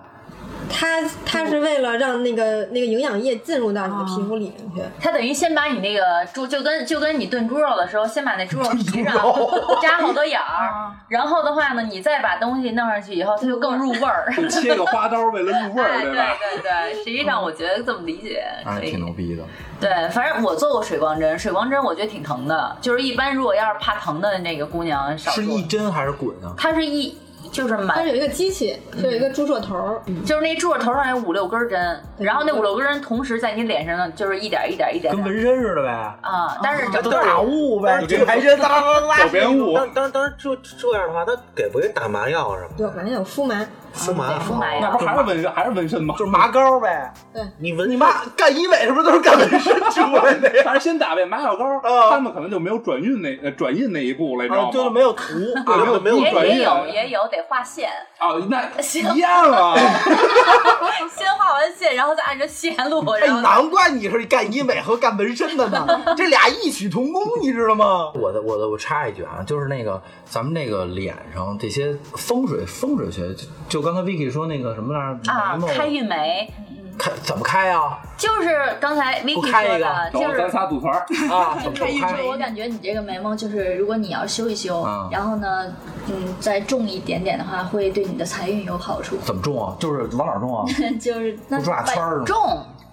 Speaker 7: 它它是为了让那个那个营养液进入到你的皮肤里面去，
Speaker 1: 他等于先把你那个猪，就跟就跟你炖猪肉的时候，先把那猪肉皮上 扎好多眼儿，然后的话呢，你再把东西弄上去以后，它就更入味儿。
Speaker 3: 就切个花刀为了入味
Speaker 1: 哎，
Speaker 3: 儿，
Speaker 1: 对
Speaker 3: 对吧？
Speaker 1: 对对，实际上我觉得这么理解
Speaker 6: 哎，
Speaker 1: 可以
Speaker 6: 挺。牛逼的。
Speaker 1: 对，反正我做过水光针，水光针我觉得挺疼的，就是一般如果要是怕疼的那个姑娘少
Speaker 6: 是
Speaker 1: 做。
Speaker 6: 一针还是滚啊？
Speaker 1: 它是一就是
Speaker 7: 它
Speaker 1: 满
Speaker 7: 是有一个机器，就有一个注射头儿，
Speaker 1: 就是那柱子头上有五六根针，然后那五六根针同时在你脸上，就是一点一点一点
Speaker 6: 跟
Speaker 1: 点
Speaker 6: 纹身似的呗，
Speaker 1: 啊，但是整
Speaker 4: 就
Speaker 1: 个
Speaker 4: 打
Speaker 6: 雾
Speaker 4: 呗
Speaker 6: 给排针， 哒哒哒
Speaker 3: 走边误，
Speaker 4: 当当当然这这样的话，他给不给打麻药啊什么的？
Speaker 7: 有反正有敷麻，
Speaker 4: 敷麻，
Speaker 1: 敷麻药
Speaker 3: 那不还是纹身还是纹身吗？
Speaker 6: 就是麻膏呗。
Speaker 4: 你闻
Speaker 6: 你妈干医美是不是都是干纹身出来的呀？
Speaker 3: 还是先打遍麻药膏儿，
Speaker 6: 啊
Speaker 3: 他们可能就没有转运那呃转印那一步了，你知道
Speaker 6: 啊，
Speaker 4: 嗯
Speaker 3: 吗？
Speaker 6: 对了，没有 涂，
Speaker 4: 对没有啊没有
Speaker 1: 也
Speaker 4: 转
Speaker 1: 也
Speaker 4: 运
Speaker 1: 有也有得画线，
Speaker 3: 啊，那一样 啊，
Speaker 1: 先画完线，然后再按着线路，
Speaker 6: 哎
Speaker 1: 然，后
Speaker 6: 难怪你是干医美和干纹身 的呢，这俩异曲同工，你知道吗？我的我的，我插一句啊，就是那个咱们这个脸上这些风水风水学，就就刚才 Vicky 说那个什么来着，
Speaker 1: 啊
Speaker 6: 眉毛
Speaker 1: 开运眉，
Speaker 6: 开怎么开啊？
Speaker 1: 就是刚才 Vicky
Speaker 6: 开
Speaker 1: 说
Speaker 6: 一个
Speaker 1: 的，
Speaker 3: 走
Speaker 1: 就，
Speaker 3: 咱
Speaker 1: 是
Speaker 3: 仨组团儿，
Speaker 6: 啊，怎么
Speaker 5: 就是
Speaker 6: 开？
Speaker 5: 我感觉你这个眉毛，就是如果你要修一修，
Speaker 6: 嗯
Speaker 5: 然后呢，嗯，再重一点点的话，会对你的财运有好处。
Speaker 6: 怎么种啊？就是往哪 儿种啊？
Speaker 5: 就是那
Speaker 6: 不抓
Speaker 5: 百
Speaker 6: 圈儿是吗？
Speaker 1: 重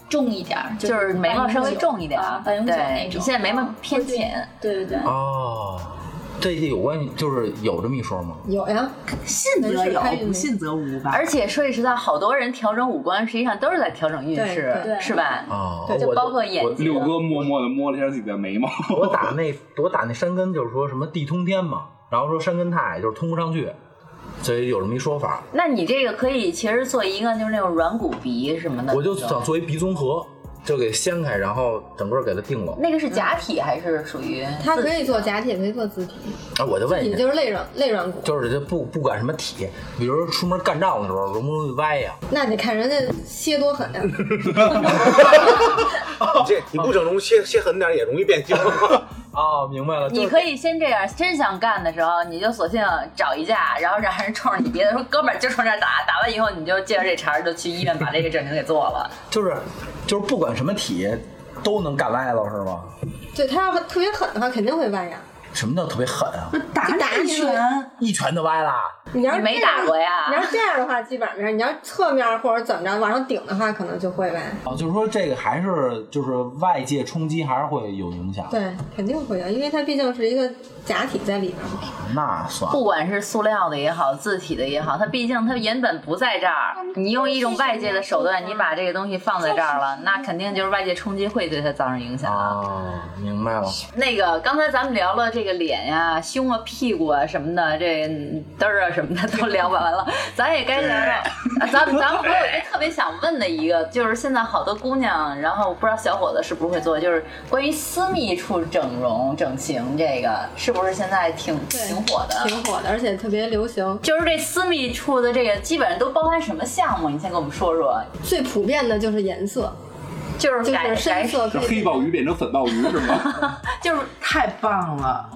Speaker 5: 重一点儿，
Speaker 1: 就是眉毛稍微重一点啊
Speaker 5: 啊，百，分之九那
Speaker 1: 对，
Speaker 5: 种。
Speaker 1: 你现在眉毛偏浅，
Speaker 5: 对对对，
Speaker 6: 哦，这有关就是有这么一说吗？
Speaker 7: 有呀，
Speaker 2: 信则有
Speaker 7: 没事，
Speaker 2: 不信则无吧。
Speaker 1: 而且说句实在，好多人调整五官，实际上都是在调整运势
Speaker 7: 对，对
Speaker 1: 是吧？
Speaker 6: 啊，
Speaker 7: 对
Speaker 1: 就
Speaker 6: 我
Speaker 1: 包括眼
Speaker 3: 我
Speaker 1: 睛
Speaker 3: 六哥默默的摸了一下自己的眉毛，
Speaker 6: 我打那我打那山根就是说什么地通天嘛，然后说山根太就是通不上去，所以有这么一说法。
Speaker 1: 那你这个可以其实做一个就是那种软骨鼻什么的那种，
Speaker 6: 我就想做一鼻综合，就给掀开，然后整个给它定了。
Speaker 1: 那个是假体还是属于？
Speaker 7: 它可以做假体，也可以做自体，
Speaker 6: 啊，我就问
Speaker 7: 你
Speaker 6: 一
Speaker 7: 就
Speaker 6: 下，
Speaker 7: 是肋软肋软骨，
Speaker 6: 就是这不不管什么体，比如说出门干仗的时候，容不容易歪呀？
Speaker 7: 那得看人家歇 多狠呀。
Speaker 4: 这你不整容歇歇狠点儿也容易变形。
Speaker 6: 啊，明白了，
Speaker 1: 你可以先这样，真想干的时候，你就索性找一架，然后让人冲着你鼻子说：“哥们儿，就冲这儿打，打完以后你就借着这茬儿就去医院把这个整形给做了。
Speaker 6: 就是就是不管什么体都能干歪了是吗？
Speaker 7: 对，它要是特别狠的话，肯定会弯呀。
Speaker 6: 什么叫特别狠啊？
Speaker 2: 打
Speaker 7: 就打
Speaker 2: 你
Speaker 7: 你
Speaker 2: 一
Speaker 7: 一顿
Speaker 2: 拳，
Speaker 6: 一拳就歪啊啦！
Speaker 7: 你要”
Speaker 1: 你
Speaker 7: 是
Speaker 1: 没
Speaker 7: 这样
Speaker 1: 打过呀
Speaker 7: 你？要是这样的话，基本上你要侧面或者怎么着往上顶的话，可能就会呗。
Speaker 6: 啊，就是说这个还是就是外界冲击还是会有影响。
Speaker 7: 对，肯定会的，因为它毕竟是一个假体在里边嘛。
Speaker 6: 那算了
Speaker 1: 不管是塑料的也好，自体的也好，它毕竟它原本不在这儿，你用一种外界的手段，你把这个东西放在这儿了，那肯定就是外界冲击会对它造成影响。
Speaker 6: 啊，明白了。
Speaker 1: 那个刚才咱们聊了这个脸呀、胸啊、屁股啊什么的，这嘚儿啊什么的都聊完了，咱也该聊聊。啊咱们咱们还有一个特别想问的一个，就是现在好多姑娘，然后不知道小伙子是不是会做，就是关于私密处整容整形这个，是不是现在挺挺火的？
Speaker 7: 挺火的，而且特别流行。
Speaker 1: 就是这私密处的这个基本上都包含什么项目？你先跟我们说说，
Speaker 7: 最普遍的就是颜色，
Speaker 1: 就是
Speaker 7: 就
Speaker 1: 改
Speaker 7: 是
Speaker 1: 改
Speaker 7: 深色
Speaker 3: 这
Speaker 7: 可
Speaker 3: 黑
Speaker 7: 以。
Speaker 3: 鲍鱼变成粉鲍鱼是 吗？
Speaker 1: 就是
Speaker 2: 太棒了！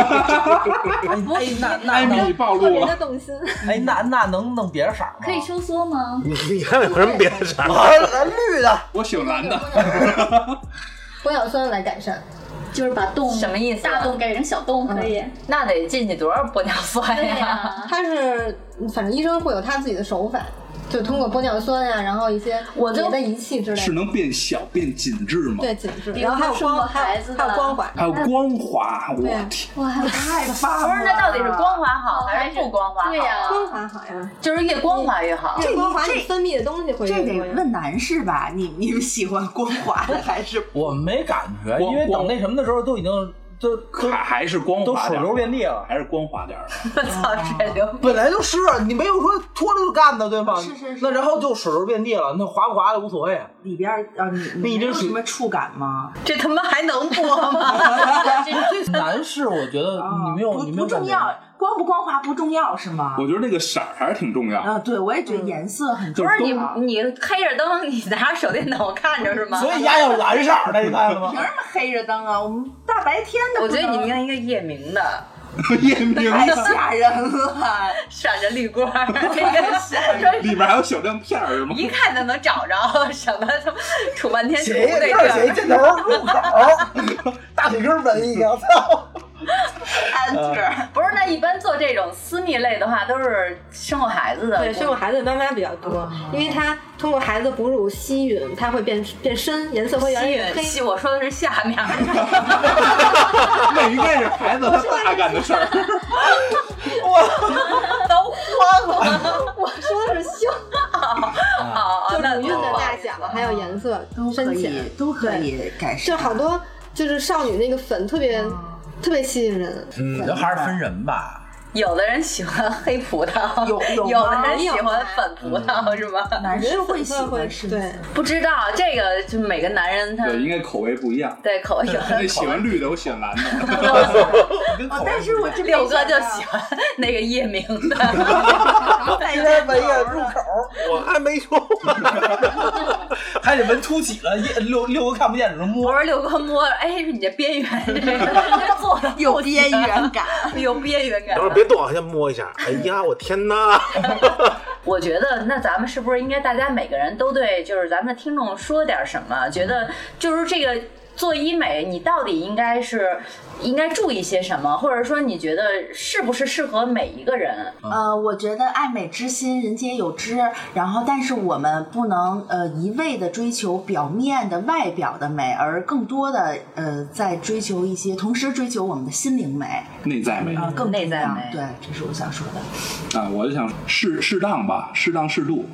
Speaker 6: 哎，那
Speaker 3: 艾米暴
Speaker 7: 特
Speaker 3: 露
Speaker 7: 别的
Speaker 3: 了，
Speaker 7: 动心，
Speaker 6: 哎那那能弄别的色儿吗？
Speaker 5: 可以收缩吗？
Speaker 4: 你你看有什么别的 色儿？
Speaker 6: 啊，绿的。
Speaker 3: 我醒蓝的，
Speaker 7: 玻尿酸来改善，
Speaker 5: 就是把洞
Speaker 1: 什么意思啊嗯
Speaker 5: 大洞改成小洞可以。
Speaker 1: 那得进去多少玻尿酸
Speaker 5: 对
Speaker 1: 呀？
Speaker 5: 呀，
Speaker 7: 它是反正医生会有他自己的手法，就通过玻尿酸呀、然后一些
Speaker 1: 我就
Speaker 7: 别的仪器之类
Speaker 3: 是
Speaker 7: 的，
Speaker 3: 能变小变紧致吗？
Speaker 7: 对紧致，
Speaker 5: 比如
Speaker 7: 然后还有
Speaker 5: 生过
Speaker 7: 光，还
Speaker 5: 孩
Speaker 7: 有
Speaker 5: 子
Speaker 7: 还有
Speaker 5: 的
Speaker 7: 光滑，
Speaker 3: 还有光滑，我
Speaker 7: 对
Speaker 3: 天，
Speaker 5: 哇，
Speaker 2: 太棒 了！
Speaker 1: 不是，那到底是光滑好 还是不光滑好？
Speaker 5: 对呀，
Speaker 7: 光滑好呀，
Speaker 1: 就是越光滑越好。
Speaker 7: 越光滑
Speaker 2: 这
Speaker 7: 你分泌的东西会
Speaker 2: 这
Speaker 7: 越
Speaker 2: 得
Speaker 7: 多呀。
Speaker 2: 问男士吧？你你们喜欢光滑的还是
Speaker 6: 我没感觉，
Speaker 3: 光
Speaker 6: 因为等那什么的时候都已经都都
Speaker 3: 卡还是光
Speaker 6: 都
Speaker 3: 滑
Speaker 6: 水
Speaker 3: 点儿
Speaker 6: 流遍地了。
Speaker 3: 还是光滑点儿吧。
Speaker 1: 我操，水流！
Speaker 6: 本来就是你没有说脱了就干的，对吧？
Speaker 2: 是是是
Speaker 6: 那然后就水流遍地了，那滑不滑的无所谓。
Speaker 2: 里边儿啊？你
Speaker 6: 那
Speaker 2: 你没
Speaker 6: 一针
Speaker 2: 有
Speaker 6: 水
Speaker 2: 什么触感吗？
Speaker 1: 这他妈还能播吗？
Speaker 6: 这男士，我觉得你没有，
Speaker 2: 啊不
Speaker 6: 你没
Speaker 2: 不
Speaker 6: 有感
Speaker 2: 重
Speaker 6: 觉
Speaker 2: 要，光不光滑不重要是吗？
Speaker 3: 我觉得这个色儿还是挺重要的。
Speaker 2: 啊，对，我也
Speaker 1: 嗯
Speaker 2: 觉得颜色很重
Speaker 1: 不
Speaker 2: 要。
Speaker 1: 是你，你黑着灯，你拿着手电筒看着是吗？
Speaker 6: 所以丫有蓝色儿的，你看了吗
Speaker 2: 凭？什么黑着灯啊？我们大白天 的，
Speaker 1: 我觉得你应该一个夜明的，
Speaker 3: 夜明
Speaker 2: 太吓人 了。
Speaker 1: 闪着绿光，这个 说
Speaker 3: 里面还有小亮片儿是吗？
Speaker 1: 一看就能找着什么他妈杵半天杵
Speaker 6: 谁
Speaker 1: 不对劲
Speaker 6: 这儿谁
Speaker 1: 儿。
Speaker 6: 箭头入口，大腿根儿纹一个，操！
Speaker 2: Enter，
Speaker 1: 不是，那一般做这种私密类的话，都是生过孩子的。
Speaker 7: 对，生过孩子的妈妈比较多，因为她通过孩子哺乳吸吮，它会变变深，颜色会越来
Speaker 1: 吸
Speaker 7: 越黑
Speaker 1: 引，。吸我说的是下面。
Speaker 3: 那应该是孩子他爸干的 事儿。
Speaker 1: 都慌了。
Speaker 7: 我说 的是胸，
Speaker 1: 哦
Speaker 7: 就
Speaker 1: 哦，那
Speaker 7: 乳晕的大小，还有颜色
Speaker 2: 都可
Speaker 7: 深
Speaker 2: 以
Speaker 7: 浅，，
Speaker 2: 都可以改
Speaker 7: 就
Speaker 2: 善。
Speaker 7: 好多就是少女那个粉特别特别吸引人，
Speaker 6: 嗯你这还是分人吧。
Speaker 1: 有嗯的人喜欢黑葡萄，
Speaker 2: 有有
Speaker 1: 有
Speaker 2: 吗
Speaker 1: 的人喜欢粉葡萄，是吗？
Speaker 2: 男士会喜
Speaker 7: 会
Speaker 2: 欢深
Speaker 7: 对
Speaker 2: 色，，
Speaker 1: 不知道这个，就每个男人他
Speaker 3: 对，应该口味不一样。
Speaker 1: 对口味有
Speaker 3: 他
Speaker 1: 的
Speaker 3: 那喜欢绿的，我喜欢蓝的。
Speaker 2: 哦，但是我这
Speaker 1: 六哥就喜欢那个夜明的，
Speaker 6: 今天纹一个入口，
Speaker 4: 我还没说
Speaker 6: 还得纹凸起了，一六六个看不见，只能 摸
Speaker 1: 我。说六哥摸，哎，你这边 缘这个做的
Speaker 2: 有边缘感。
Speaker 1: 有边缘感
Speaker 4: 等会儿
Speaker 1: 了。
Speaker 4: 别动啊，先摸一下。哎呀，我天哪！
Speaker 1: 我觉得那咱们是不是应该大家每个人都对，就是咱们的听众说点什么？觉得就是这个。做医美，你到底应该是应该注意些什么，或者说你觉得是不是适合每一个人？
Speaker 2: 呃，我觉得爱美之心，人皆有之。然后，但是我们不能呃一味的追求表面的外表的美，而更多的呃在追求一些，同时追求我们的心灵美，
Speaker 3: 内在美
Speaker 2: 啊、
Speaker 3: 啊，
Speaker 2: 更
Speaker 1: 内在
Speaker 2: 重要
Speaker 1: 美
Speaker 2: 对，这是我想说的。
Speaker 3: 我就想适适当吧，适当适度，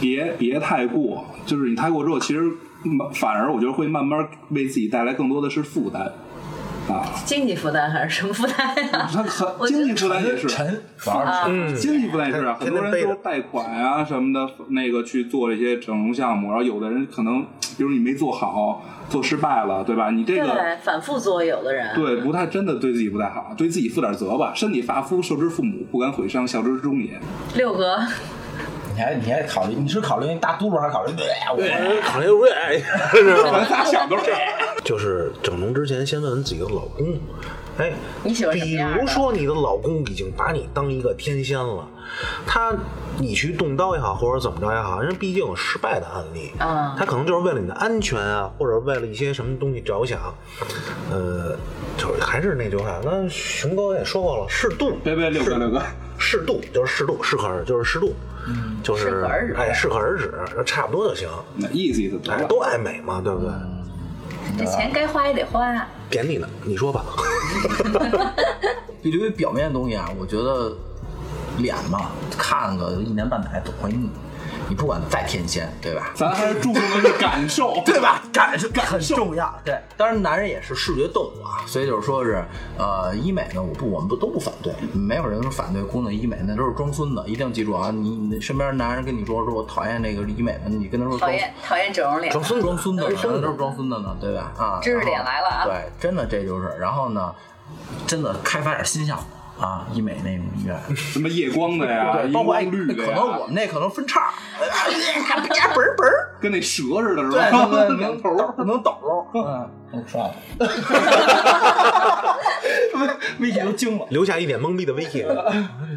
Speaker 3: 别别太过，就是你太过之后，其实嗯反而我觉得会慢慢为自己带来更多的是负担啊，
Speaker 1: 经济负担还是什么负担啊呀、
Speaker 3: 它很经济负担也是。
Speaker 6: 沉，玩儿
Speaker 1: 啊？
Speaker 4: 嗯，
Speaker 3: 经济负担也是啊，很
Speaker 4: 天天
Speaker 3: 多人
Speaker 4: 背
Speaker 3: 都
Speaker 4: 着
Speaker 3: 是贷款啊什么的，那个去做这些整容项目，然后有的人可能，比如你没做好，做失败了，对吧？你 这个
Speaker 1: 对，反复做有的人。
Speaker 3: 对不太真的对自己不太好，对自己负点责吧。身体发肤受之父母，不敢毁伤孝之终也。
Speaker 1: 六哥，
Speaker 6: 你还你还考虑，你是考虑那大嘟噜，还是考虑对我？
Speaker 4: 哎考虑不哎 是吧
Speaker 3: 咱仨想都是这样。
Speaker 4: 就是整容之前先问问自己的老公，哎，
Speaker 1: 你喜欢什么
Speaker 4: 比
Speaker 1: 样的
Speaker 4: 如说你的老公已经把你当一个天仙了，他你去动刀也好，或者怎么着也好，因为毕竟有失败的案例，
Speaker 1: 啊
Speaker 4: 他可能就是为了你的安全啊，或者为了一些什么东西着想，呃，就是还是那句话，那熊哥也说过了，适度，
Speaker 3: 别别，六哥
Speaker 4: 是
Speaker 3: 六哥，
Speaker 4: 适度就是适度，适可而止就是适度，就
Speaker 1: 嗯适
Speaker 4: 是
Speaker 1: 可而止
Speaker 4: 哎，适可而止，差不多就行，
Speaker 3: 那 easy 的得
Speaker 4: 哎，
Speaker 3: 了。
Speaker 4: 都爱美嘛，对不对？
Speaker 1: 嗯这钱该花也得花。啊
Speaker 4: 点你呢，你说吧。
Speaker 6: 一堆表面的东西啊，我觉得脸嘛，看个一年半载总会腻。你不管再天仙，对吧？
Speaker 3: 咱还是注重的是感受，
Speaker 6: 对吧？感受很重要。对，当然男人也是视觉动物啊，所以就是说是，呃，医美呢，我不，我们不都不反对，没有人反对姑娘医美，那都是装孙子。一定要记住啊，你你身边男人跟你说说我讨厌那个医美的，你跟他说
Speaker 1: 讨
Speaker 6: 装
Speaker 1: 厌讨厌整容脸，
Speaker 6: 装孙装孙子呢，
Speaker 1: 都是孙子
Speaker 6: 都是装孙子呢，对吧？啊，
Speaker 1: 知识点来了啊
Speaker 6: 然后对，真的这就是，然后呢，真的开发点新项目。啊，医美那种医院，
Speaker 3: 什么夜光的呀，
Speaker 6: 对，
Speaker 3: 荧
Speaker 6: 包括哎，
Speaker 3: 光绿的
Speaker 6: 可
Speaker 3: 呀，
Speaker 6: 能我们那可能分叉，哎呀，加本儿本儿，
Speaker 3: 跟那蛇似的，是
Speaker 6: 对对
Speaker 3: 吧？
Speaker 6: 对，
Speaker 3: 两
Speaker 6: 能
Speaker 3: 头儿。
Speaker 6: 能抖搂，嗯，能帅。 危险都惊了。
Speaker 4: 留下一脸懵逼的 Vicky，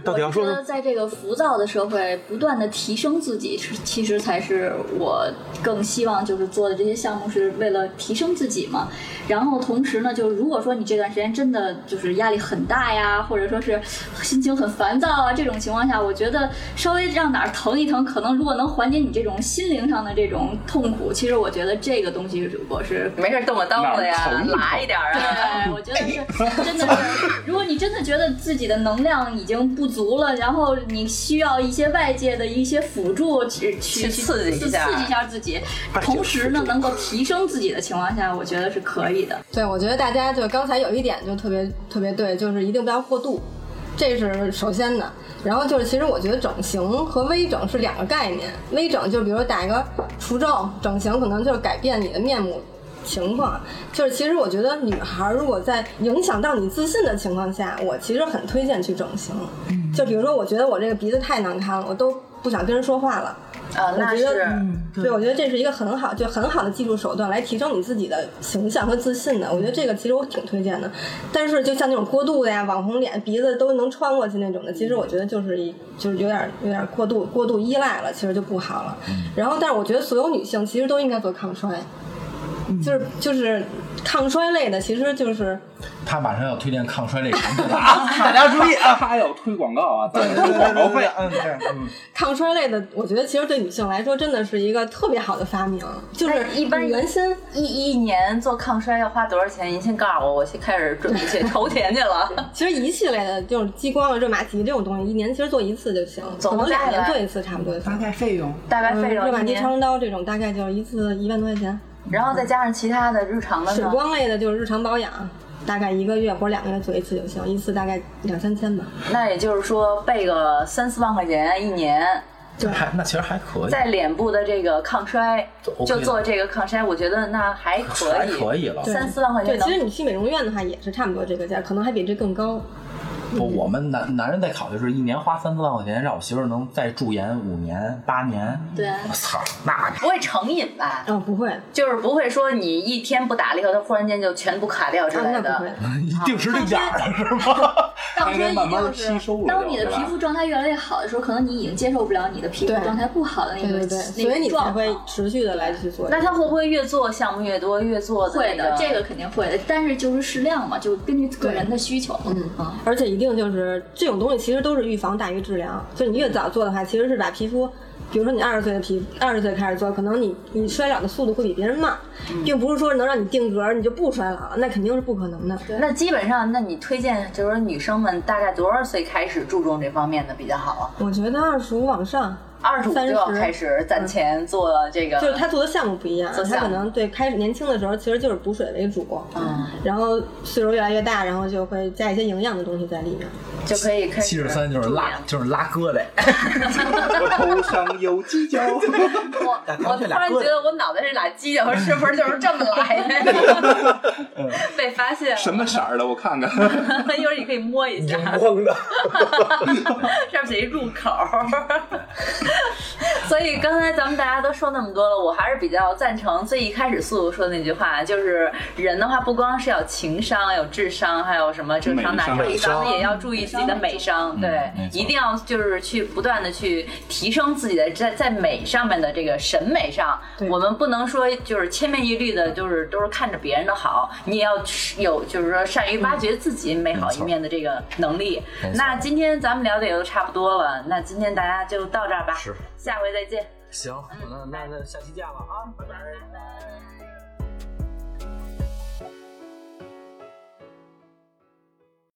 Speaker 4: 到底要说
Speaker 5: 我
Speaker 4: 什么
Speaker 5: 觉 得？在这个浮躁的社会，不断的提升自己，是其实才是我更希望就是做的这些项目是为了提升自己嘛。然后同时呢，就是如果说你这段时间真的就是压力很大呀，或者说是心情很烦躁啊，这种情况下，我觉得稍微让哪儿疼一疼，可能如果能缓解你这种心灵上的这种痛苦，其实我觉得这个东西我是
Speaker 1: 没事动个刀子
Speaker 3: 哪儿
Speaker 1: 呀
Speaker 3: 疼，
Speaker 1: 拉一点儿啊。
Speaker 5: 对，哎我觉得
Speaker 7: 哎
Speaker 5: 是真的是，如果你真的觉得自己的能量已经不足了，然后你需要一些外界的一些辅助去
Speaker 1: 去
Speaker 5: 去
Speaker 1: 刺激一
Speaker 5: 刺
Speaker 1: 下
Speaker 5: 刺激一下自己，
Speaker 4: 外界
Speaker 5: 同时
Speaker 4: 辅
Speaker 5: 呢
Speaker 4: 助
Speaker 5: 能够提升自己的情况下，我觉得是可以的。
Speaker 7: 对，我觉得大家就刚才有一点就特别特别对，就是一定不要过度，这是首先的。然后就是，其实我觉得整形和微整是两个概念。微整就比如打一个除皱，整形可能就是改变你的面目情况。就是其实我觉得女孩儿如果在影响到你自信的情况下，我其实很推荐去整形。就比如说，我觉得我这个鼻子太难看了，我都不想跟人说话了。
Speaker 1: 啊，那
Speaker 7: 我觉
Speaker 1: 是
Speaker 7: 得对，我觉得这是一个很好，就很好的技术手段来提升你自己的形象和自信的。我觉得这个其实我挺推荐的。但是就像那种过度的呀，网红脸、鼻子都能穿过去那种的，其实我觉得就是一就是有点有点过度过度依赖了，其实就不好了。然后，但是我觉得所有女性其实都应该做抗衰，就是就是抗衰类的，其实就是
Speaker 6: 他马上要推荐抗衰类产品了啊！大家注意啊！
Speaker 3: 他要推广告啊，咱们
Speaker 6: 对
Speaker 3: 推广告费。
Speaker 6: 嗯，对，嗯，
Speaker 7: 抗衰类的，我觉得其实对女性来说真的是一个特别好的发明，就是
Speaker 1: 哎一般
Speaker 7: 原先。
Speaker 1: 一一年做抗衰要花多少钱？您先告诉我，我去开始准备去筹钱去了。
Speaker 7: 其实仪器类的，就是激光啊、热玛吉这种东西，一年其实做一次就行，
Speaker 1: 总共
Speaker 7: 可能两
Speaker 1: 下
Speaker 7: 年
Speaker 1: 来
Speaker 7: 做一次差不多就行。
Speaker 2: 大概费用，
Speaker 1: 大概
Speaker 7: 嗯
Speaker 1: 费用
Speaker 7: 热
Speaker 1: 一
Speaker 7: 玛吉、
Speaker 1: 年，
Speaker 7: 超声刀这种大概就是一次一万多块钱。
Speaker 1: 然后再加上其他的日常的
Speaker 7: 水
Speaker 1: 呢，
Speaker 7: 光类的就是日常保养，大概一个月或者两个月做一次就行，一次大概两三千吧。
Speaker 1: 那也就是说备个三四万块钱一年，
Speaker 6: 就还 那其实还可以，
Speaker 1: 在脸部的这个抗衰
Speaker 6: 就 OK
Speaker 1: 就做这个抗衰，我觉得那还可
Speaker 6: 还
Speaker 1: 以，
Speaker 6: 可以了。
Speaker 7: 对
Speaker 1: 三四万块钱
Speaker 7: 对，
Speaker 1: 能
Speaker 7: 其实你去美容院的话也是差不多这个价，可能还比这更高。
Speaker 6: 不，我们男男人在考虑是一年花三四万块钱，让我媳妇儿能再驻颜五年八年。
Speaker 5: 对，
Speaker 6: 我操，那
Speaker 1: 不会成瘾吧？
Speaker 7: 哦，不会，啊，
Speaker 1: 就是不会说你一天不打了以后，它忽然间就全部卡掉之类
Speaker 7: 啊 那不
Speaker 1: 的
Speaker 7: 会。。
Speaker 6: 你定时定点儿是吗？
Speaker 5: 到
Speaker 3: 它应
Speaker 5: 时候
Speaker 3: 该
Speaker 5: 一
Speaker 3: 慢慢
Speaker 5: 定
Speaker 3: 地吸
Speaker 5: 是。
Speaker 3: 收了。
Speaker 5: 当你的
Speaker 3: 对吧
Speaker 5: 皮肤状态越来越好的时候，可能你已经接受不了你的皮肤
Speaker 7: 对
Speaker 5: 状态不好的那
Speaker 7: 对
Speaker 5: 个
Speaker 7: 对对，
Speaker 1: 嗯
Speaker 5: 那
Speaker 7: 所
Speaker 5: 个
Speaker 7: 以你才
Speaker 5: 状
Speaker 7: 会
Speaker 5: 况
Speaker 7: 持续的来去做。
Speaker 1: 那他会不会越做项目越多，越做
Speaker 5: 会
Speaker 1: 的
Speaker 5: 的，
Speaker 1: 那
Speaker 5: 这个肯定会的，但是就是适量嘛，就根据个人的需求。嗯啊，
Speaker 7: 而且一定就是这种东西，其实都是预防大于治疗。就你越早做的话，其实是把皮肤，比如说你二十岁的皮，二十岁开始做，可能你你衰老的速度会比别人慢，
Speaker 1: 嗯
Speaker 7: 并不是说能让你定格你就不衰老，那肯定是不可能的。
Speaker 1: 那基本上，那你推荐就是说女生们大概多少岁开始注重这方面的比较好啊？
Speaker 7: 我觉得二十五往上，
Speaker 1: 二十五就
Speaker 7: 30
Speaker 1: 要开始攒钱做这个，
Speaker 7: 就是他做的项目不一样，
Speaker 1: 做
Speaker 7: 他
Speaker 1: 项
Speaker 7: 可
Speaker 1: 目
Speaker 7: 能对开始年轻的时候其实就是补水为主，
Speaker 1: 嗯
Speaker 7: 然后岁数越来越大，然后就会加一些营养的东西在里面。
Speaker 1: 就可以开始
Speaker 6: 七十三就是拉，就是拉疙瘩。
Speaker 3: 我头上有犄角，
Speaker 1: 我我突然觉得我脑袋这俩犄角是不是就是这么来 的？
Speaker 6: 嗯
Speaker 1: 被发现
Speaker 3: 什
Speaker 1: 了，
Speaker 3: 么色儿的？我看看。
Speaker 1: 一会儿你可以摸一下，
Speaker 4: 光的，
Speaker 1: 上面写一入口。 所以刚才咱们大家都说那么多了，我还是比较赞成最一开始素素说的那句话，就是人的话不光是要情商、有智商，还有什么智商、
Speaker 3: 美商
Speaker 1: 哪智商
Speaker 4: 美商
Speaker 1: 也要注意自己的美商，对，
Speaker 6: 嗯没错
Speaker 1: 一定要就是去不断的去提升自己的在在美上面的这个审美上，
Speaker 7: 对
Speaker 1: 我们不能说就是千篇一律的，就是都是看着别人的好，你也要有就是说善于挖掘自己美好一面的这个能力。
Speaker 6: 没错
Speaker 1: 那今天咱们聊的也都差不多了，那今天大家就到这儿吧，
Speaker 6: 是
Speaker 1: 下回再见。
Speaker 6: 行，那那那下期见了啊，拜拜。
Speaker 1: 拜拜